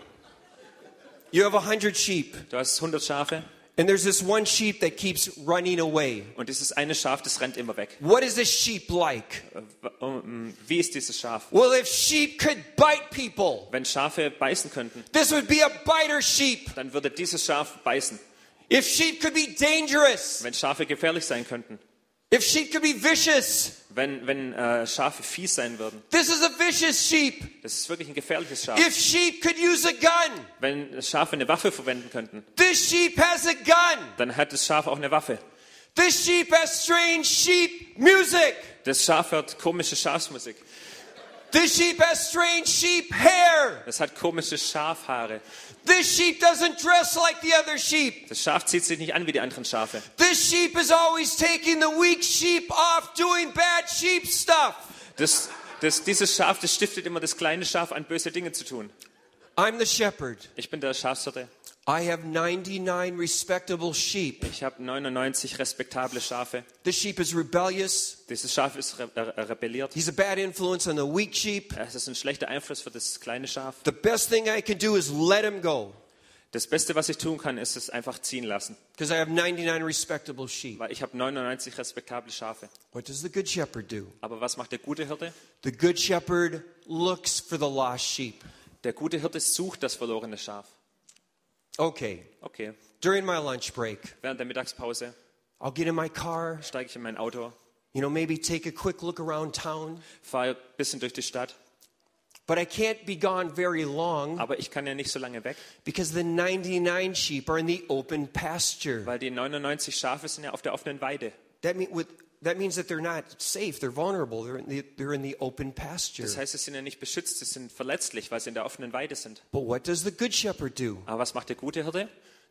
Speaker 1: You have a hundred sheep,
Speaker 2: Du hast 100 Schafe
Speaker 1: and there's this one sheep that keeps running away.
Speaker 2: und dieses eine Schaf, das rennt immer weg.
Speaker 1: What is this sheep like?
Speaker 2: Äh, w- ähm, Wie ist dieses Schaf?
Speaker 1: Well, if sheep could bite people,
Speaker 2: Wenn Schafe beißen könnten,
Speaker 1: this would be a biter sheep.
Speaker 2: dann würde dieses Schaf beißen.
Speaker 1: If sheep could be dangerous,
Speaker 2: Wenn Schafe gefährlich sein könnten,
Speaker 1: if sheep could be vicious,
Speaker 2: wenn, wenn äh, Schafe fies sein würden,
Speaker 1: this is a vicious sheep.
Speaker 2: das ist wirklich ein gefährliches Schaf.
Speaker 1: If sheep could use a gun,
Speaker 2: Wenn Schafe eine Waffe verwenden könnten,
Speaker 1: This sheep has a gun.
Speaker 2: dann hat das Schaf auch eine Waffe.
Speaker 1: This sheep has strange sheep music.
Speaker 2: Das Schaf hört komische Schafsmusik.
Speaker 1: This sheep has strange sheep hair.
Speaker 2: Es hat komische Schafhaare.
Speaker 1: This sheep doesn't dress like the other sheep.
Speaker 2: Das Schaf zieht sich nicht an wie die anderen Schafe.
Speaker 1: This sheep is always taking the weak sheep off doing bad sheep stuff.
Speaker 2: Das, das, dieses Schaf, das stiftet immer das kleine Schaf an, böse Dinge zu tun.
Speaker 1: I'm the shepherd.
Speaker 2: Ich bin der Schafshirte.
Speaker 1: I have 99 respectable sheep.
Speaker 2: Ich habe 99 respektable Schafe.
Speaker 1: This sheep is rebellious.
Speaker 2: Dieses Schaf ist re äh, rebelliert.
Speaker 1: He's a bad influence on the weak sheep.
Speaker 2: Es ist ein schlechter Einfluss für das kleine Schaf.
Speaker 1: The best thing I can do is let him go.
Speaker 2: Das Beste, was ich tun kann, ist es einfach ziehen lassen,
Speaker 1: because I have 99 respectable sheep.
Speaker 2: weil ich habe 99 respektable Schafe.
Speaker 1: What does the good shepherd do?
Speaker 2: Aber was macht der gute Hirte?
Speaker 1: The good shepherd looks for the lost sheep.
Speaker 2: Der gute Hirte sucht das verlorene Schaf.
Speaker 1: Okay,
Speaker 2: Okay,
Speaker 1: during my lunch break,
Speaker 2: während der Mittagspause
Speaker 1: I'll get in my car,
Speaker 2: steige ich in mein Auto,
Speaker 1: you know, maybe take a quick look around town,
Speaker 2: fahre ein bisschen durch die Stadt,
Speaker 1: but I can't be gone very long
Speaker 2: aber ich kann ja nicht so lange weg,
Speaker 1: because the 99 sheep are in the open pasture.
Speaker 2: weil die 99 Schafe sind ja auf der offenen Weide.
Speaker 1: That, mean, with, that means that they're not safe, they're vulnerable, they're in the, they're in the open pasture.
Speaker 2: Das heißt, sie sind ja nicht beschützt, sie sind verletzlich, weil sie in der offenen Weide sind.
Speaker 1: But what does the good shepherd do?
Speaker 2: Aber was macht der gute Hirte?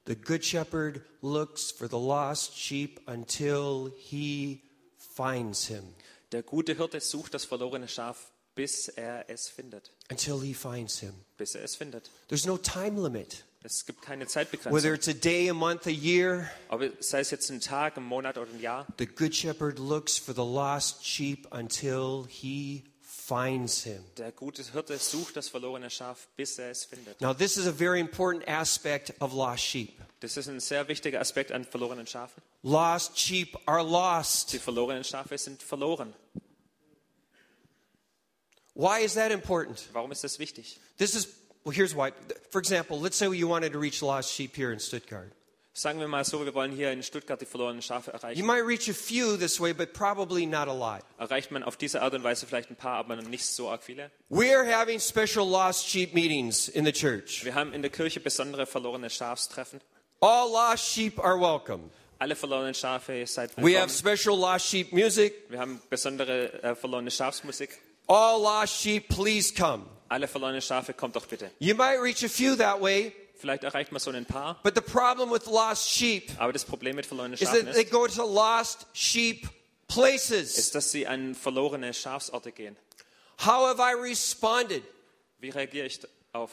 Speaker 1: The good shepherd looks for the lost sheep until he finds him.
Speaker 2: Der gute Hirte sucht das verlorene Schaf, bis er es findet.
Speaker 1: Until he finds him.
Speaker 2: Bis er es findet.
Speaker 1: There's no time limit.
Speaker 2: Es gibt keine Zeitbegrenzung.
Speaker 1: Whether it's a day, a month, a year,
Speaker 2: Aber sei es jetzt ein Tag, ein Monat oder ein Jahr,
Speaker 1: the good shepherd looks for the lost sheep until he finds him.
Speaker 2: der gute Hirte sucht das verlorene Schaf, bis er es findet.
Speaker 1: Now, this is a very important aspect of lost sheep.
Speaker 2: Das ist ein sehr wichtiger Aspekt an verlorenen Schafen.
Speaker 1: Lost sheep are
Speaker 2: Die
Speaker 1: lost.
Speaker 2: verlorenen Schafe sind verloren.
Speaker 1: Why is that important?
Speaker 2: Warum ist das wichtig?
Speaker 1: This is, well, here's why. For example, let's say you wanted to reach lost sheep here in Stuttgart.
Speaker 2: Sagen wir mal so, wir wollen hier in Stuttgart die verlorenen Schafe
Speaker 1: You
Speaker 2: erreichen.
Speaker 1: might reach a few this way, but probably not a lot.
Speaker 2: Erreicht man auf diese Art und Weise vielleicht ein paar, aber nicht so arg viele.
Speaker 1: We're having special lost sheep meetings in the church.
Speaker 2: Wir haben in der Kirche besondere verlorene Schafstreffen.
Speaker 1: All lost sheep are welcome.
Speaker 2: Alle verlorenen Schafe, ihr seid
Speaker 1: We have
Speaker 2: willkommen.
Speaker 1: special lost sheep music.
Speaker 2: Wir haben besondere äh, verlorene Schafsmusik.
Speaker 1: All lost sheep, please come.
Speaker 2: Alle verlorenen Schafe, kommt doch bitte.
Speaker 1: You might reach a few that way,
Speaker 2: Vielleicht erreicht man so ein paar,
Speaker 1: but the problem with lost sheep
Speaker 2: aber das Problem mit verlorenen
Speaker 1: is
Speaker 2: Schafen
Speaker 1: that they
Speaker 2: ist,
Speaker 1: go to lost sheep places.
Speaker 2: ist, dass sie an verlorene Schafsorte gehen.
Speaker 1: How have I responded
Speaker 2: Wie reagiere ich auf?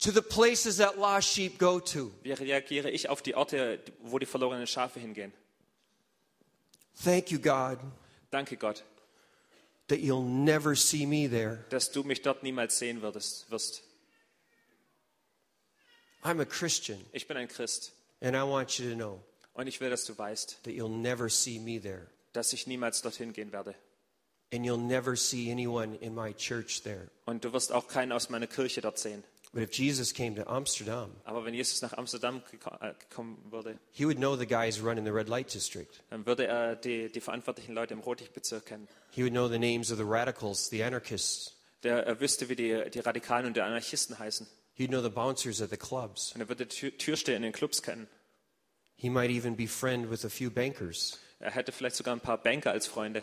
Speaker 1: to the places that lost sheep go to?
Speaker 2: Wie reagiere ich auf die Orte, wo die verlorenen Schafe hingehen?
Speaker 1: Thank you, God,
Speaker 2: Danke Gott,
Speaker 1: that you'll never see me there.
Speaker 2: dass du mich dort niemals sehen würdest, wirst.
Speaker 1: I'm a Christian,
Speaker 2: Ich bin ein Christ
Speaker 1: and I want you to know.
Speaker 2: und ich will, dass du weißt,
Speaker 1: that you'll never see me there,
Speaker 2: dass ich niemals dorthin gehen werde.
Speaker 1: and you'll never see anyone in my church there.
Speaker 2: Und du wirst auch keinen aus meiner Kirche dort sehen.
Speaker 1: But if Jesus came to Amsterdam,
Speaker 2: Aber wenn Jesus nach Amsterdam geko- äh, gekommen würde,
Speaker 1: he would know the guys running the red light district.
Speaker 2: dann würde er die, die verantwortlichen Leute im Rotlichtbezirk kennen.
Speaker 1: He would know the names of the radicals, the anarchists.
Speaker 2: Der, er wüsste, wie die, die Radikalen und die Anarchisten heißen.
Speaker 1: He'd know the bouncers at the clubs.
Speaker 2: Und er würde die Tür, Türsteher in den Clubs kennen.
Speaker 1: He might even be friend with a few bankers.
Speaker 2: Er hätte vielleicht sogar ein paar Banker als Freunde,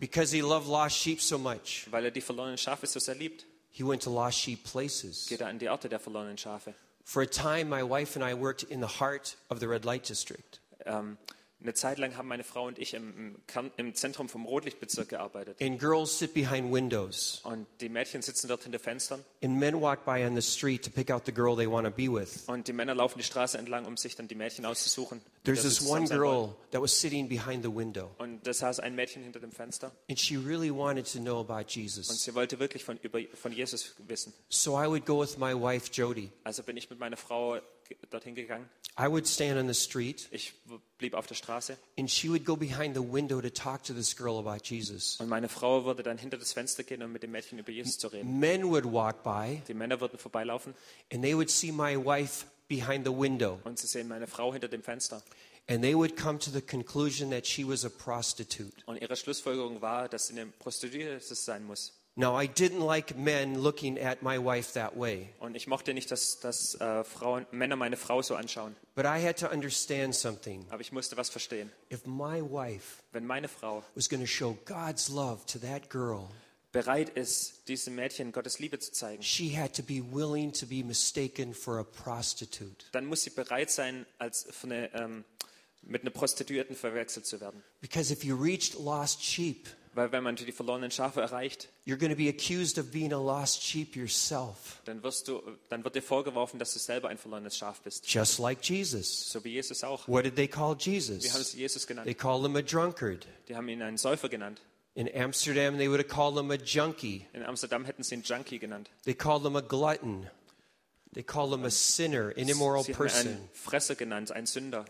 Speaker 1: Because he loved lost sheep so much,
Speaker 2: weil er die verlorenen Schafe so sehr liebt.
Speaker 1: he went to lost sheep places.
Speaker 2: Geht er an die Orte der verlorenen Schafe.
Speaker 1: For a time, my wife and I worked in the heart of the red light district.
Speaker 2: Ähm, eine Zeit lang haben meine Frau und ich im, im, Kern, im Zentrum vom Rotlichtbezirk gearbeitet.
Speaker 1: And girls sit behind windows,
Speaker 2: Und die Mädchen sitzen dort hinter Fenstern
Speaker 1: and men walk by on the street to pick out the girl they want to be with.
Speaker 2: und die Männer laufen die Straße entlang, um sich dann die Mädchen auszusuchen. mit der
Speaker 1: There's
Speaker 2: sie
Speaker 1: this
Speaker 2: zusammen
Speaker 1: one
Speaker 2: sein wollen.
Speaker 1: girl that was sitting behind the window,
Speaker 2: Und da saß ein Mädchen hinter dem Fenster
Speaker 1: and she really wanted to know about
Speaker 2: und
Speaker 1: Jesus.
Speaker 2: sie wollte wirklich von, über, von Jesus wissen.
Speaker 1: So I would go with my wife, Jody.
Speaker 2: Also bin ich mit meiner Frau ge- dorthin gegangen.
Speaker 1: I would stand on the street,
Speaker 2: Ich w- blieb auf der Straße
Speaker 1: and she would go behind the window to talk to this girl about Jesus.
Speaker 2: und meine Frau würde dann hinter das Fenster gehen, um mit dem Mädchen über Jesus zu reden.
Speaker 1: Men would walk by,
Speaker 2: Die Männer würden vorbeilaufen
Speaker 1: and they would see my wife behind the window,
Speaker 2: und sie sehen meine Frau hinter dem Fenster.
Speaker 1: and they would come to the conclusion that she was a prostitute.
Speaker 2: Und ihre Schlussfolgerung war, dass sie eine Prostituierte sein muss.
Speaker 1: Now, I didn't like men looking at my wife that way,
Speaker 2: Und ich mochte nicht, dass, dass äh, Frauen, Männer meine Frau so anschauen.
Speaker 1: but I had to understand something.
Speaker 2: Aber ich musste was verstehen.
Speaker 1: If my wife
Speaker 2: Wenn meine Frau
Speaker 1: was going to show God's love to that girl,
Speaker 2: bereit ist, diesem Mädchen Gottes Liebe zu zeigen,
Speaker 1: She had to be willing to be mistaken for a prostitute
Speaker 2: dann muss sie bereit sein, als von einer, ähm, mit einer Prostituierten verwechselt zu werden.
Speaker 1: because if you reached lost sheep,
Speaker 2: Weil wenn man die verlorenen Schafe erreicht,
Speaker 1: you're going to be accused of being a lost sheep yourself,
Speaker 2: dann, wirst du, dann wird dir vorgeworfen, dass du selber ein verlorenes Schaf bist.
Speaker 1: just like Jesus.
Speaker 2: So wie Jesus auch.
Speaker 1: What did they call
Speaker 2: Wir haben
Speaker 1: Jesus?
Speaker 2: es Jesus
Speaker 1: They
Speaker 2: genannt.
Speaker 1: called him a drunkard.
Speaker 2: Die haben ihn einen Säufer genannt.
Speaker 1: In Amsterdam, they would have called him a junkie.
Speaker 2: In Amsterdam hätten sie ihn Junkie genannt.
Speaker 1: They called him a glutton. They called him a sinner, an immoral
Speaker 2: Sie haben ihn
Speaker 1: person,
Speaker 2: einen Fresser genannt, ein Sünder,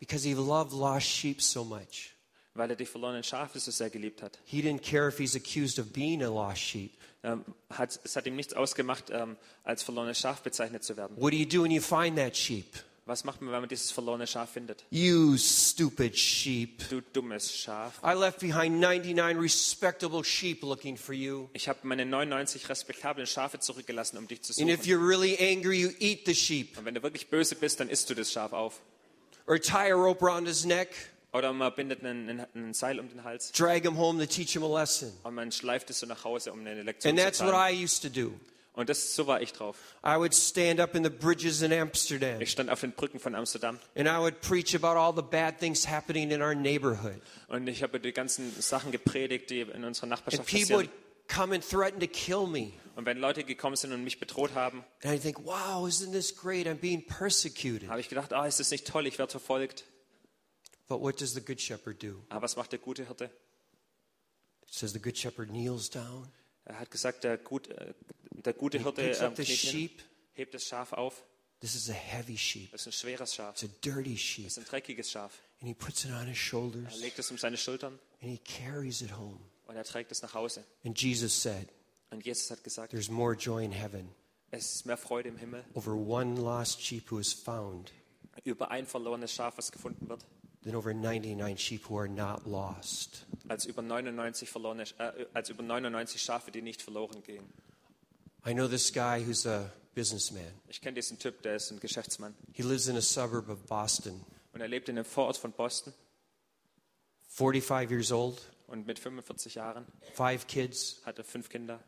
Speaker 1: because he loved lost sheep so much.
Speaker 2: weil er die verlorenen Schafe so sehr geliebt hat.
Speaker 1: He didn't care if he's accused of being a lost sheep.
Speaker 2: Ähm, hat es hat ihm nichts ausgemacht, ähm, als verlorenes Schaf bezeichnet zu werden.
Speaker 1: What do you do when you find that sheep?
Speaker 2: Was macht man, wenn man dieses verlorene Schaf findet?
Speaker 1: You stupid sheep.
Speaker 2: Du dummes Schaf.
Speaker 1: I left behind 99 respectable sheep looking for you.
Speaker 2: Ich habe meine 99 respektablen Schafe zurückgelassen, um dich zu
Speaker 1: And
Speaker 2: suchen.
Speaker 1: if you're really angry, you eat the sheep
Speaker 2: Und wenn du wirklich böse bist, dann isst du das Schaf auf.
Speaker 1: or tie a rope around his neck,
Speaker 2: Oder man bindet einen, einen Seil um den Hals
Speaker 1: drag him home to teach him a lesson.
Speaker 2: und man schleift es so nach Hause, um eine Lektion
Speaker 1: And
Speaker 2: zu
Speaker 1: that's what
Speaker 2: zahlen.
Speaker 1: I used to do.
Speaker 2: Und das, so war ich drauf.
Speaker 1: I would stand up in the bridges in Amsterdam
Speaker 2: Ich stand auf den Brücken von Amsterdam
Speaker 1: and I would preach about all the bad things happening in our neighborhood.
Speaker 2: und ich habe die ganzen Sachen gepredigt, die in unserer
Speaker 1: And
Speaker 2: Nachbarschaft
Speaker 1: people
Speaker 2: passieren.
Speaker 1: would come and threaten to kill me.
Speaker 2: Und wenn Leute gekommen sind und mich bedroht haben,
Speaker 1: And I'd think, wow, isn't this great? I'm being persecuted.
Speaker 2: habe ich gedacht, ah, ist das nicht toll, ich werde verfolgt.
Speaker 1: But what does the Good Shepherd do?
Speaker 2: Aber was macht der gute Hirte?
Speaker 1: It says the Good Shepherd kneels down,
Speaker 2: Er hat gesagt, der, gut, äh, der gute
Speaker 1: he
Speaker 2: Hirte
Speaker 1: picks
Speaker 2: ähm,
Speaker 1: up the
Speaker 2: kniet hin,
Speaker 1: sheep.
Speaker 2: hebt das Schaf auf.
Speaker 1: This is a heavy sheep,
Speaker 2: Das ist ein schweres Schaf.
Speaker 1: it's a dirty sheep.
Speaker 2: Das ist ein dreckiges Schaf.
Speaker 1: And he puts it on his
Speaker 2: Er
Speaker 1: shoulders
Speaker 2: legt es um seine Schultern
Speaker 1: and he carries it home.
Speaker 2: und er trägt es nach Hause.
Speaker 1: And Jesus said,
Speaker 2: Und Jesus hat gesagt,
Speaker 1: There's more joy in heaven
Speaker 2: es ist mehr Freude im Himmel
Speaker 1: over one lost sheep who is found
Speaker 2: über ein verlorenes Schaf, was gefunden wird,
Speaker 1: than over 99 sheep who are not lost.
Speaker 2: als über 99, verlorene, äh, als über 99 Schafe, die nicht verloren gehen.
Speaker 1: I know this guy who's a businessman.
Speaker 2: Ich kenne diesen Typ, der ist ein Geschäftsmann.
Speaker 1: He lives in a suburb of Boston,
Speaker 2: Und er lebt in einem Vorort von Boston
Speaker 1: 45 years old,
Speaker 2: und mit 45 Jahren
Speaker 1: five kids,
Speaker 2: hat er fünf Kinder.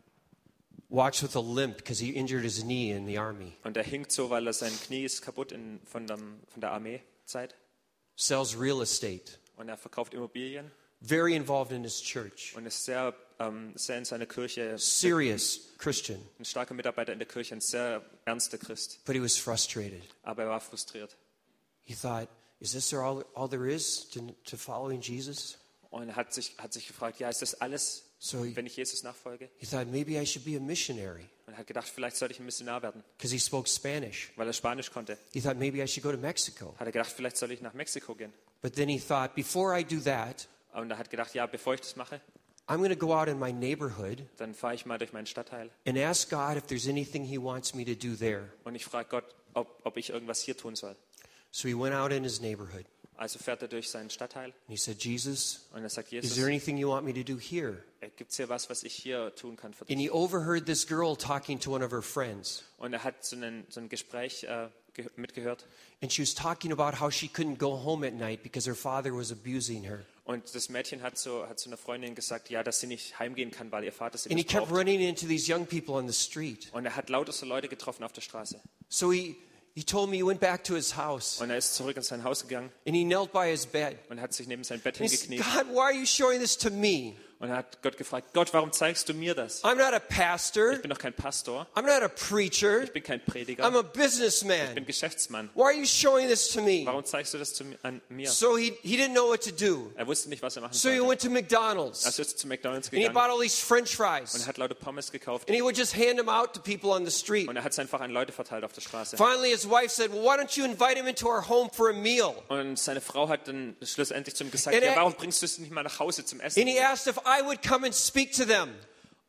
Speaker 1: walks with a limp because he injured his knee in the army,
Speaker 2: Und er hinkt so, weil er sein Knie ist kaputt in, von, dem, von der Armeezeit.
Speaker 1: sells real estate,
Speaker 2: Und er verkauft Immobilien
Speaker 1: very involved in his church,
Speaker 2: und ist sehr, ähm, sehr in seiner Kirche,
Speaker 1: serious Christian,
Speaker 2: ein starker Mitarbeiter in der Kirche, ein sehr ernster Christ.
Speaker 1: but he was frustrated.
Speaker 2: Aber er war frustriert.
Speaker 1: He thought, is this all, all there is to, to following Jesus?
Speaker 2: Und er hat sich, hat sich gefragt, ja, ist das alles,
Speaker 1: So he,
Speaker 2: wenn ich Jesus nachfolge?
Speaker 1: he thought, maybe I should be a missionary
Speaker 2: Und er hat gedacht, vielleicht sollte ich ein Missionar werden,
Speaker 1: because he spoke Spanish.
Speaker 2: weil er Spanisch konnte.
Speaker 1: He thought, maybe I should go to Mexico.
Speaker 2: Hat er gedacht, vielleicht soll ich nach Mexiko gehen.
Speaker 1: But then he thought, before I do that,
Speaker 2: Und er hat gedacht, ja, bevor ich das mache,
Speaker 1: I'm going to go out in my neighborhood
Speaker 2: dann fahre ich mal durch meinen Stadtteil
Speaker 1: and ask God if there's anything He wants me to do there.
Speaker 2: und ich frage Gott, ob, ob ich irgendwas hier tun soll.
Speaker 1: So he went out in his neighborhood
Speaker 2: Also fährt er durch seinen Stadtteil
Speaker 1: and he said, Jesus,
Speaker 2: und er sagt,
Speaker 1: is there
Speaker 2: Jesus,
Speaker 1: anything you want me to do here?
Speaker 2: gibt es hier was, was ich hier tun kann für dich?
Speaker 1: And he overheard this girl talking to one of her friends.
Speaker 2: Und er hat so, einen, so ein Gespräch äh, ge mitgehört
Speaker 1: And she was talking about how she couldn't go home at night because her father was abusing her.
Speaker 2: und das Mädchen hat so, hat so einer Freundin gesagt, ja, dass sie nicht heimgehen kann, weil ihr Vater sie
Speaker 1: And he
Speaker 2: nicht
Speaker 1: kept
Speaker 2: braucht.
Speaker 1: running into these young people on the street.
Speaker 2: Und er hat lauter so Leute getroffen auf der Straße.
Speaker 1: So he, he told me he went back to his house
Speaker 2: Und er ist zurück in sein Haus gegangen
Speaker 1: and he knelt by his bed.
Speaker 2: und hat sich neben sein Bett
Speaker 1: And he said,
Speaker 2: hingekniet
Speaker 1: God, why are you showing this to me?
Speaker 2: und er hat Gott gefragt, Gott, warum zeigst du mir das?
Speaker 1: I'm not a
Speaker 2: Ich
Speaker 1: pastor.
Speaker 2: bin doch kein Pastor,
Speaker 1: I'm not a preacher.
Speaker 2: ich bin kein
Speaker 1: I'm
Speaker 2: Prediger,
Speaker 1: a
Speaker 2: ich bin
Speaker 1: businessman.
Speaker 2: Geschäftsmann.
Speaker 1: Why are you showing this to me?
Speaker 2: Warum zeigst du das zu, mi- an mir?
Speaker 1: So he, he didn't know what to do.
Speaker 2: Er wusste nicht, was er machen
Speaker 1: So he
Speaker 2: sollte.
Speaker 1: went to McDonald's
Speaker 2: Also ist er zu McDonalds
Speaker 1: and he
Speaker 2: gegangen
Speaker 1: bought all these french
Speaker 2: und
Speaker 1: fries
Speaker 2: hat lauter Pommes gekauft
Speaker 1: and he would just hand them out to people on the street.
Speaker 2: und er hat es einfach an Leute verteilt auf der Straße.
Speaker 1: Finally, his wife said, Well, why don't you invite him into our home for a meal?
Speaker 2: Und seine Frau hat dann schlussendlich zu ihm gesagt,
Speaker 1: And
Speaker 2: ja,
Speaker 1: I-
Speaker 2: warum bringst du es nicht mal nach Hause zum
Speaker 1: And he
Speaker 2: Essen?
Speaker 1: asked if I would come and speak to them.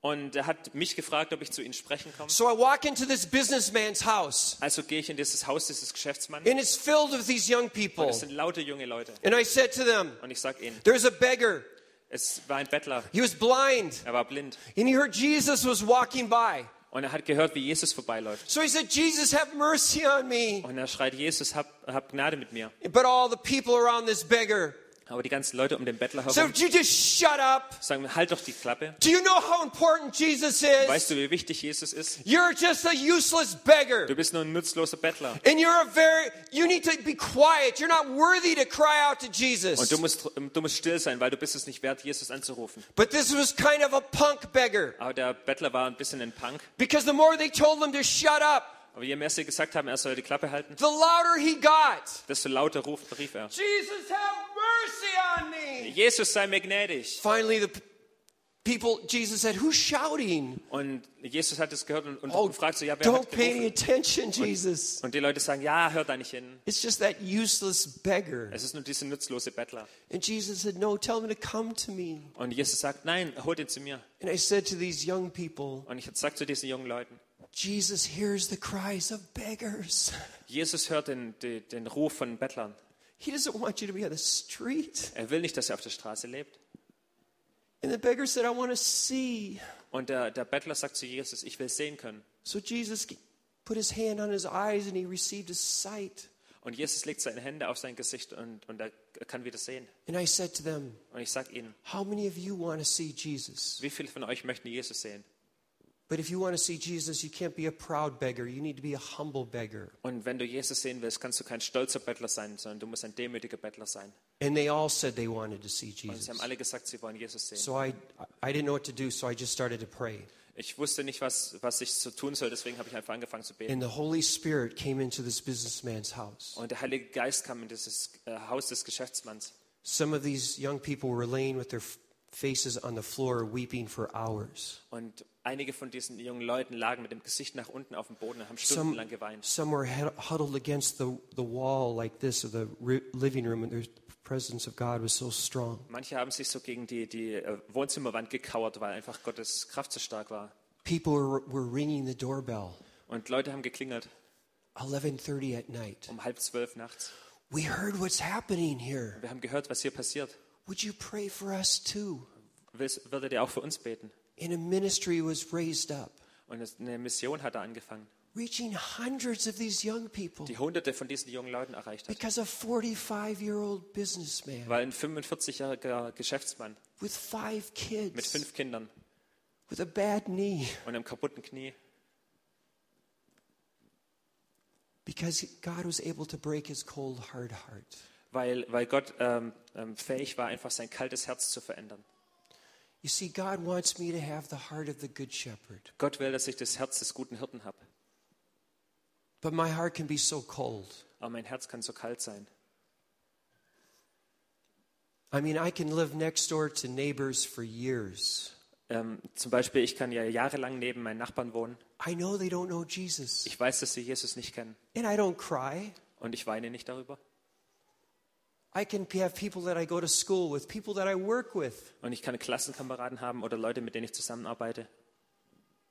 Speaker 2: Und er hat mich gefragt, ob ich zu ihm sprechen komme.
Speaker 1: So I walk into this businessman's house
Speaker 2: Also gehe ich in dieses Haus dieses Geschäftsmanns
Speaker 1: and it's filled with these young
Speaker 2: und
Speaker 1: people.
Speaker 2: es sind lauter junge Leute.
Speaker 1: And I said to them,
Speaker 2: Und ich sage ihnen,
Speaker 1: There's a beggar.
Speaker 2: es war ein Bettler,
Speaker 1: He was blind
Speaker 2: er war blind
Speaker 1: and he heard Jesus was walking by.
Speaker 2: und er hat gehört, wie Jesus vorbeiläuft.
Speaker 1: So he said, Jesus, have mercy on me.
Speaker 2: Und er schreit, Jesus, hab, hab Gnade mit mir.
Speaker 1: But all the people around this beggar
Speaker 2: Aber die ganzen Leute um den Bettler
Speaker 1: So
Speaker 2: herum
Speaker 1: would you just shut up?
Speaker 2: sagen, halt doch die Klappe.
Speaker 1: Do you know how important Jesus is?
Speaker 2: Weißt du, wie wichtig Jesus ist?
Speaker 1: You're just a useless beggar.
Speaker 2: Du bist nur ein nutzloser Bettler.
Speaker 1: And you're a very, you need to be quiet. You're not worthy to cry out to
Speaker 2: Und
Speaker 1: Jesus.
Speaker 2: du musst, ähm, du musst still sein, weil du bist es nicht wert, Jesus anzurufen.
Speaker 1: But this was kind of a punk beggar
Speaker 2: Aber der Bettler war ein bisschen ein Punk.
Speaker 1: because the more they told him to shut up,
Speaker 2: Aber je mehr sie gesagt haben, er soll die Klappe halten,
Speaker 1: the louder he got.
Speaker 2: desto lauter ruft, rief er.
Speaker 1: Jesus, have mercy on me.
Speaker 2: Jesus sei mir gnädig.
Speaker 1: Finally, the, people, Jesus said, Who's shouting?
Speaker 2: Und Jesus hat es gehört und, und,
Speaker 1: Oh,
Speaker 2: und fragt so, ja, wer
Speaker 1: don't
Speaker 2: hat
Speaker 1: pay any
Speaker 2: gerufen?
Speaker 1: attention, Jesus.
Speaker 2: Und die Leute sagen, ja, hör da nicht hin.
Speaker 1: It's just that useless beggar.
Speaker 2: Es ist nur dieser nutzlose Bettler.
Speaker 1: And Jesus said, No, tell him to come to me.
Speaker 2: Und Jesus sagt, nein, holt ihn zu mir.
Speaker 1: And I said to these young people,
Speaker 2: Und ich sage zu diesen jungen Leuten,
Speaker 1: Jesus hears the cries of beggars.
Speaker 2: Jesus hört den, den, den Ruf von Bettlern.
Speaker 1: He doesn't want you to be on the street.
Speaker 2: Er will nicht, dass er auf der Straße lebt.
Speaker 1: And the beggar said, I want to see.
Speaker 2: Und der, der Bettler sagt zu Jesus, ich will sehen können.
Speaker 1: So Jesus put his hand on his eyes and he received his sight.
Speaker 2: Und Jesus legt seine Hände auf sein Gesicht und, und er kann wieder sehen.
Speaker 1: And I said to them,
Speaker 2: Und ich sage ihnen,
Speaker 1: How many of you want to see Jesus?
Speaker 2: wie viele von euch möchten Jesus sehen?
Speaker 1: But if you want to see Jesus, you can't be a proud beggar. You need to be a humble beggar.
Speaker 2: Und wenn du Jesus sehen willst, kannst du kein stolzer Bettler sein, sondern du musst ein demütiger Bettler sein.
Speaker 1: And they all said they wanted to see
Speaker 2: Und sie
Speaker 1: Jesus.
Speaker 2: haben alle gesagt, sie wollen Jesus sehen.
Speaker 1: So I, I didn't know what to do, so I just started to pray.
Speaker 2: Ich wusste nicht, was, was ich so tun soll, deswegen habe ich einfach angefangen zu beten.
Speaker 1: And the Holy Spirit came into this businessman's house.
Speaker 2: Und der Heilige Geist kam in dieses äh, Haus des Geschäftsmanns.
Speaker 1: Some of these young people were laying with their f- faces on the floor, weeping for hours.
Speaker 2: Und einige von diesen jungen Leuten lagen mit dem Gesicht nach unten auf dem Boden und haben
Speaker 1: Some,
Speaker 2: stundenlang geweint.
Speaker 1: some were hud- huddled against the, the wall like this of the ri- living room, and the presence of God was so strong.
Speaker 2: Manche haben sich so gegen die, die äh, Wohnzimmerwand gekauert, weil einfach Gottes Kraft so stark war.
Speaker 1: People were, were ringing the doorbell,
Speaker 2: Und Leute haben geklingelt
Speaker 1: 11:30 at night.
Speaker 2: um halb zwölf nachts.
Speaker 1: We heard what's happening here.
Speaker 2: Wir haben gehört, was hier passiert.
Speaker 1: Would you pray for us too?
Speaker 2: Willst, würdet ihr auch für uns beten?
Speaker 1: And a ministry was raised up,
Speaker 2: Und es- eine Mission hat er angefangen,
Speaker 1: reaching hundreds of these young people
Speaker 2: die Hunderte von diesen jungen Leuten erreicht hat.
Speaker 1: because a 45-year-old businessman
Speaker 2: Weil ein 45-jähriger Geschäftsmann
Speaker 1: with five
Speaker 2: mit
Speaker 1: kids
Speaker 2: fünf Kindern
Speaker 1: with a bad knee
Speaker 2: und einem kaputten Knie,
Speaker 1: because God was able to break his cold hard heart.
Speaker 2: weil, weil Gott ähm, ähm, fähig war, einfach sein kaltes Herz zu verändern.
Speaker 1: You see, God wants me to have the heart of the Good Shepherd,
Speaker 2: Gott will, dass ich das Herz des guten Hirten habe.
Speaker 1: but my heart can be so cold.
Speaker 2: Aber mein Herz kann so kalt sein.
Speaker 1: I mean, I can live next door to neighbors for years.
Speaker 2: Ähm, zum Beispiel, ich kann ja jahrelang neben meinen Nachbarn wohnen.
Speaker 1: I know they don't know Jesus,
Speaker 2: Ich weiß, dass sie Jesus nicht kennen.
Speaker 1: and I don't cry.
Speaker 2: Und ich weine nicht darüber.
Speaker 1: I can have people that I go to school with, people that I work with,
Speaker 2: Und ich kann Klassenkameraden haben oder Leute, mit denen ich zusammenarbeite.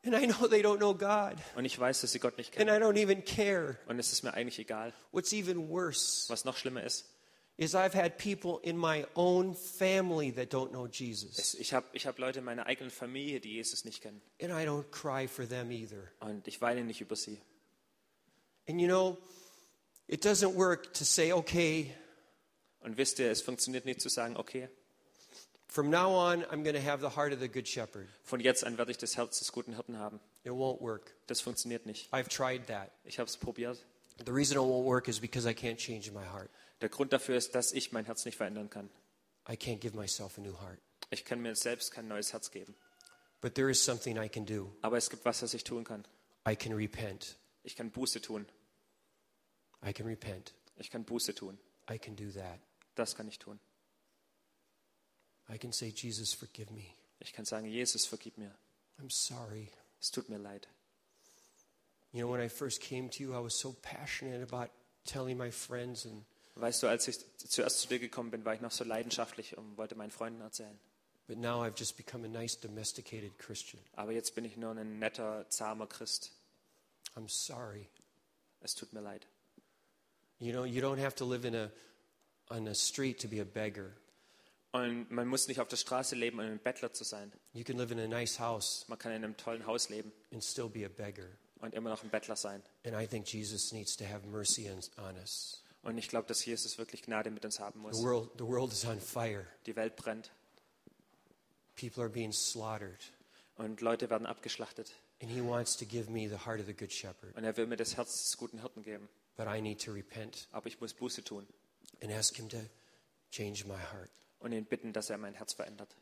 Speaker 1: and I know they don't know God,
Speaker 2: Und ich weiß, dass sie Gott nicht kennen.
Speaker 1: and I don't even care.
Speaker 2: Und es ist mir eigentlich egal.
Speaker 1: What's even worse
Speaker 2: Was noch schlimmer ist,
Speaker 1: is I've had people in my own family that don't know Jesus,
Speaker 2: ist ich habe ich hab Leute in meiner eigenen Familie, die Jesus nicht kennen.
Speaker 1: and I don't cry for them either.
Speaker 2: Und ich weine nicht über sie.
Speaker 1: And you know, it doesn't work to say, okay,
Speaker 2: Und wisst ihr, es funktioniert nicht zu sagen, okay,
Speaker 1: From now on, I'm going to have the heart of the Good Shepherd.
Speaker 2: von jetzt an werde ich das Herz des guten Hirten haben.
Speaker 1: It won't work.
Speaker 2: Das funktioniert nicht.
Speaker 1: I've tried that.
Speaker 2: Ich habe es probiert.
Speaker 1: The reason it won't work is because I can't change my heart.
Speaker 2: Der Grund dafür ist, dass ich mein Herz nicht verändern kann.
Speaker 1: I can't give myself a new heart.
Speaker 2: Ich kann mir selbst kein neues Herz geben.
Speaker 1: But there is something I can do.
Speaker 2: Aber es gibt was, was ich tun kann.
Speaker 1: I can repent.
Speaker 2: Ich kann Buße tun.
Speaker 1: I can repent.
Speaker 2: Ich kann Buße tun.
Speaker 1: I can do that.
Speaker 2: Das kann ich tun.
Speaker 1: I can say, Jesus, forgive me.
Speaker 2: Ich kann sagen, Jesus, vergib mir.
Speaker 1: I'm sorry.
Speaker 2: Es tut mir leid.
Speaker 1: You know, when I first came to you, I was so passionate about telling my friends, and
Speaker 2: Weißt du, als ich zuerst zu dir gekommen bin, war ich noch so leidenschaftlich und wollte meinen Freunden erzählen.
Speaker 1: but now I've just become a nice domesticated Christian.
Speaker 2: Aber jetzt bin ich nur ein netter, zahmer Christ.
Speaker 1: I'm sorry.
Speaker 2: Es tut mir leid.
Speaker 1: You know, you don't have to live in a on a street to be a beggar.
Speaker 2: Und man muss nicht auf der Straße leben, um ein Bettler zu sein.
Speaker 1: You can live in a nice house
Speaker 2: Man kann in einem tollen Haus leben
Speaker 1: and still be a beggar.
Speaker 2: und immer noch ein Bettler sein.
Speaker 1: And I think Jesus needs to have mercy on, on us.
Speaker 2: Und ich glaube, dass Jesus wirklich Gnade mit uns haben
Speaker 1: The
Speaker 2: muss.
Speaker 1: world, the world is on fire.
Speaker 2: Die Welt brennt
Speaker 1: People are being slaughtered.
Speaker 2: und Leute werden abgeschlachtet.
Speaker 1: And he wants to give me the heart of the Good Shepherd.
Speaker 2: Und er will mir das Herz des guten Hirten geben.
Speaker 1: But I need to repent
Speaker 2: Aber ich muss Buße tun
Speaker 1: and ask him to change my heart.
Speaker 2: und ihn bitten, dass er mein Herz verändert.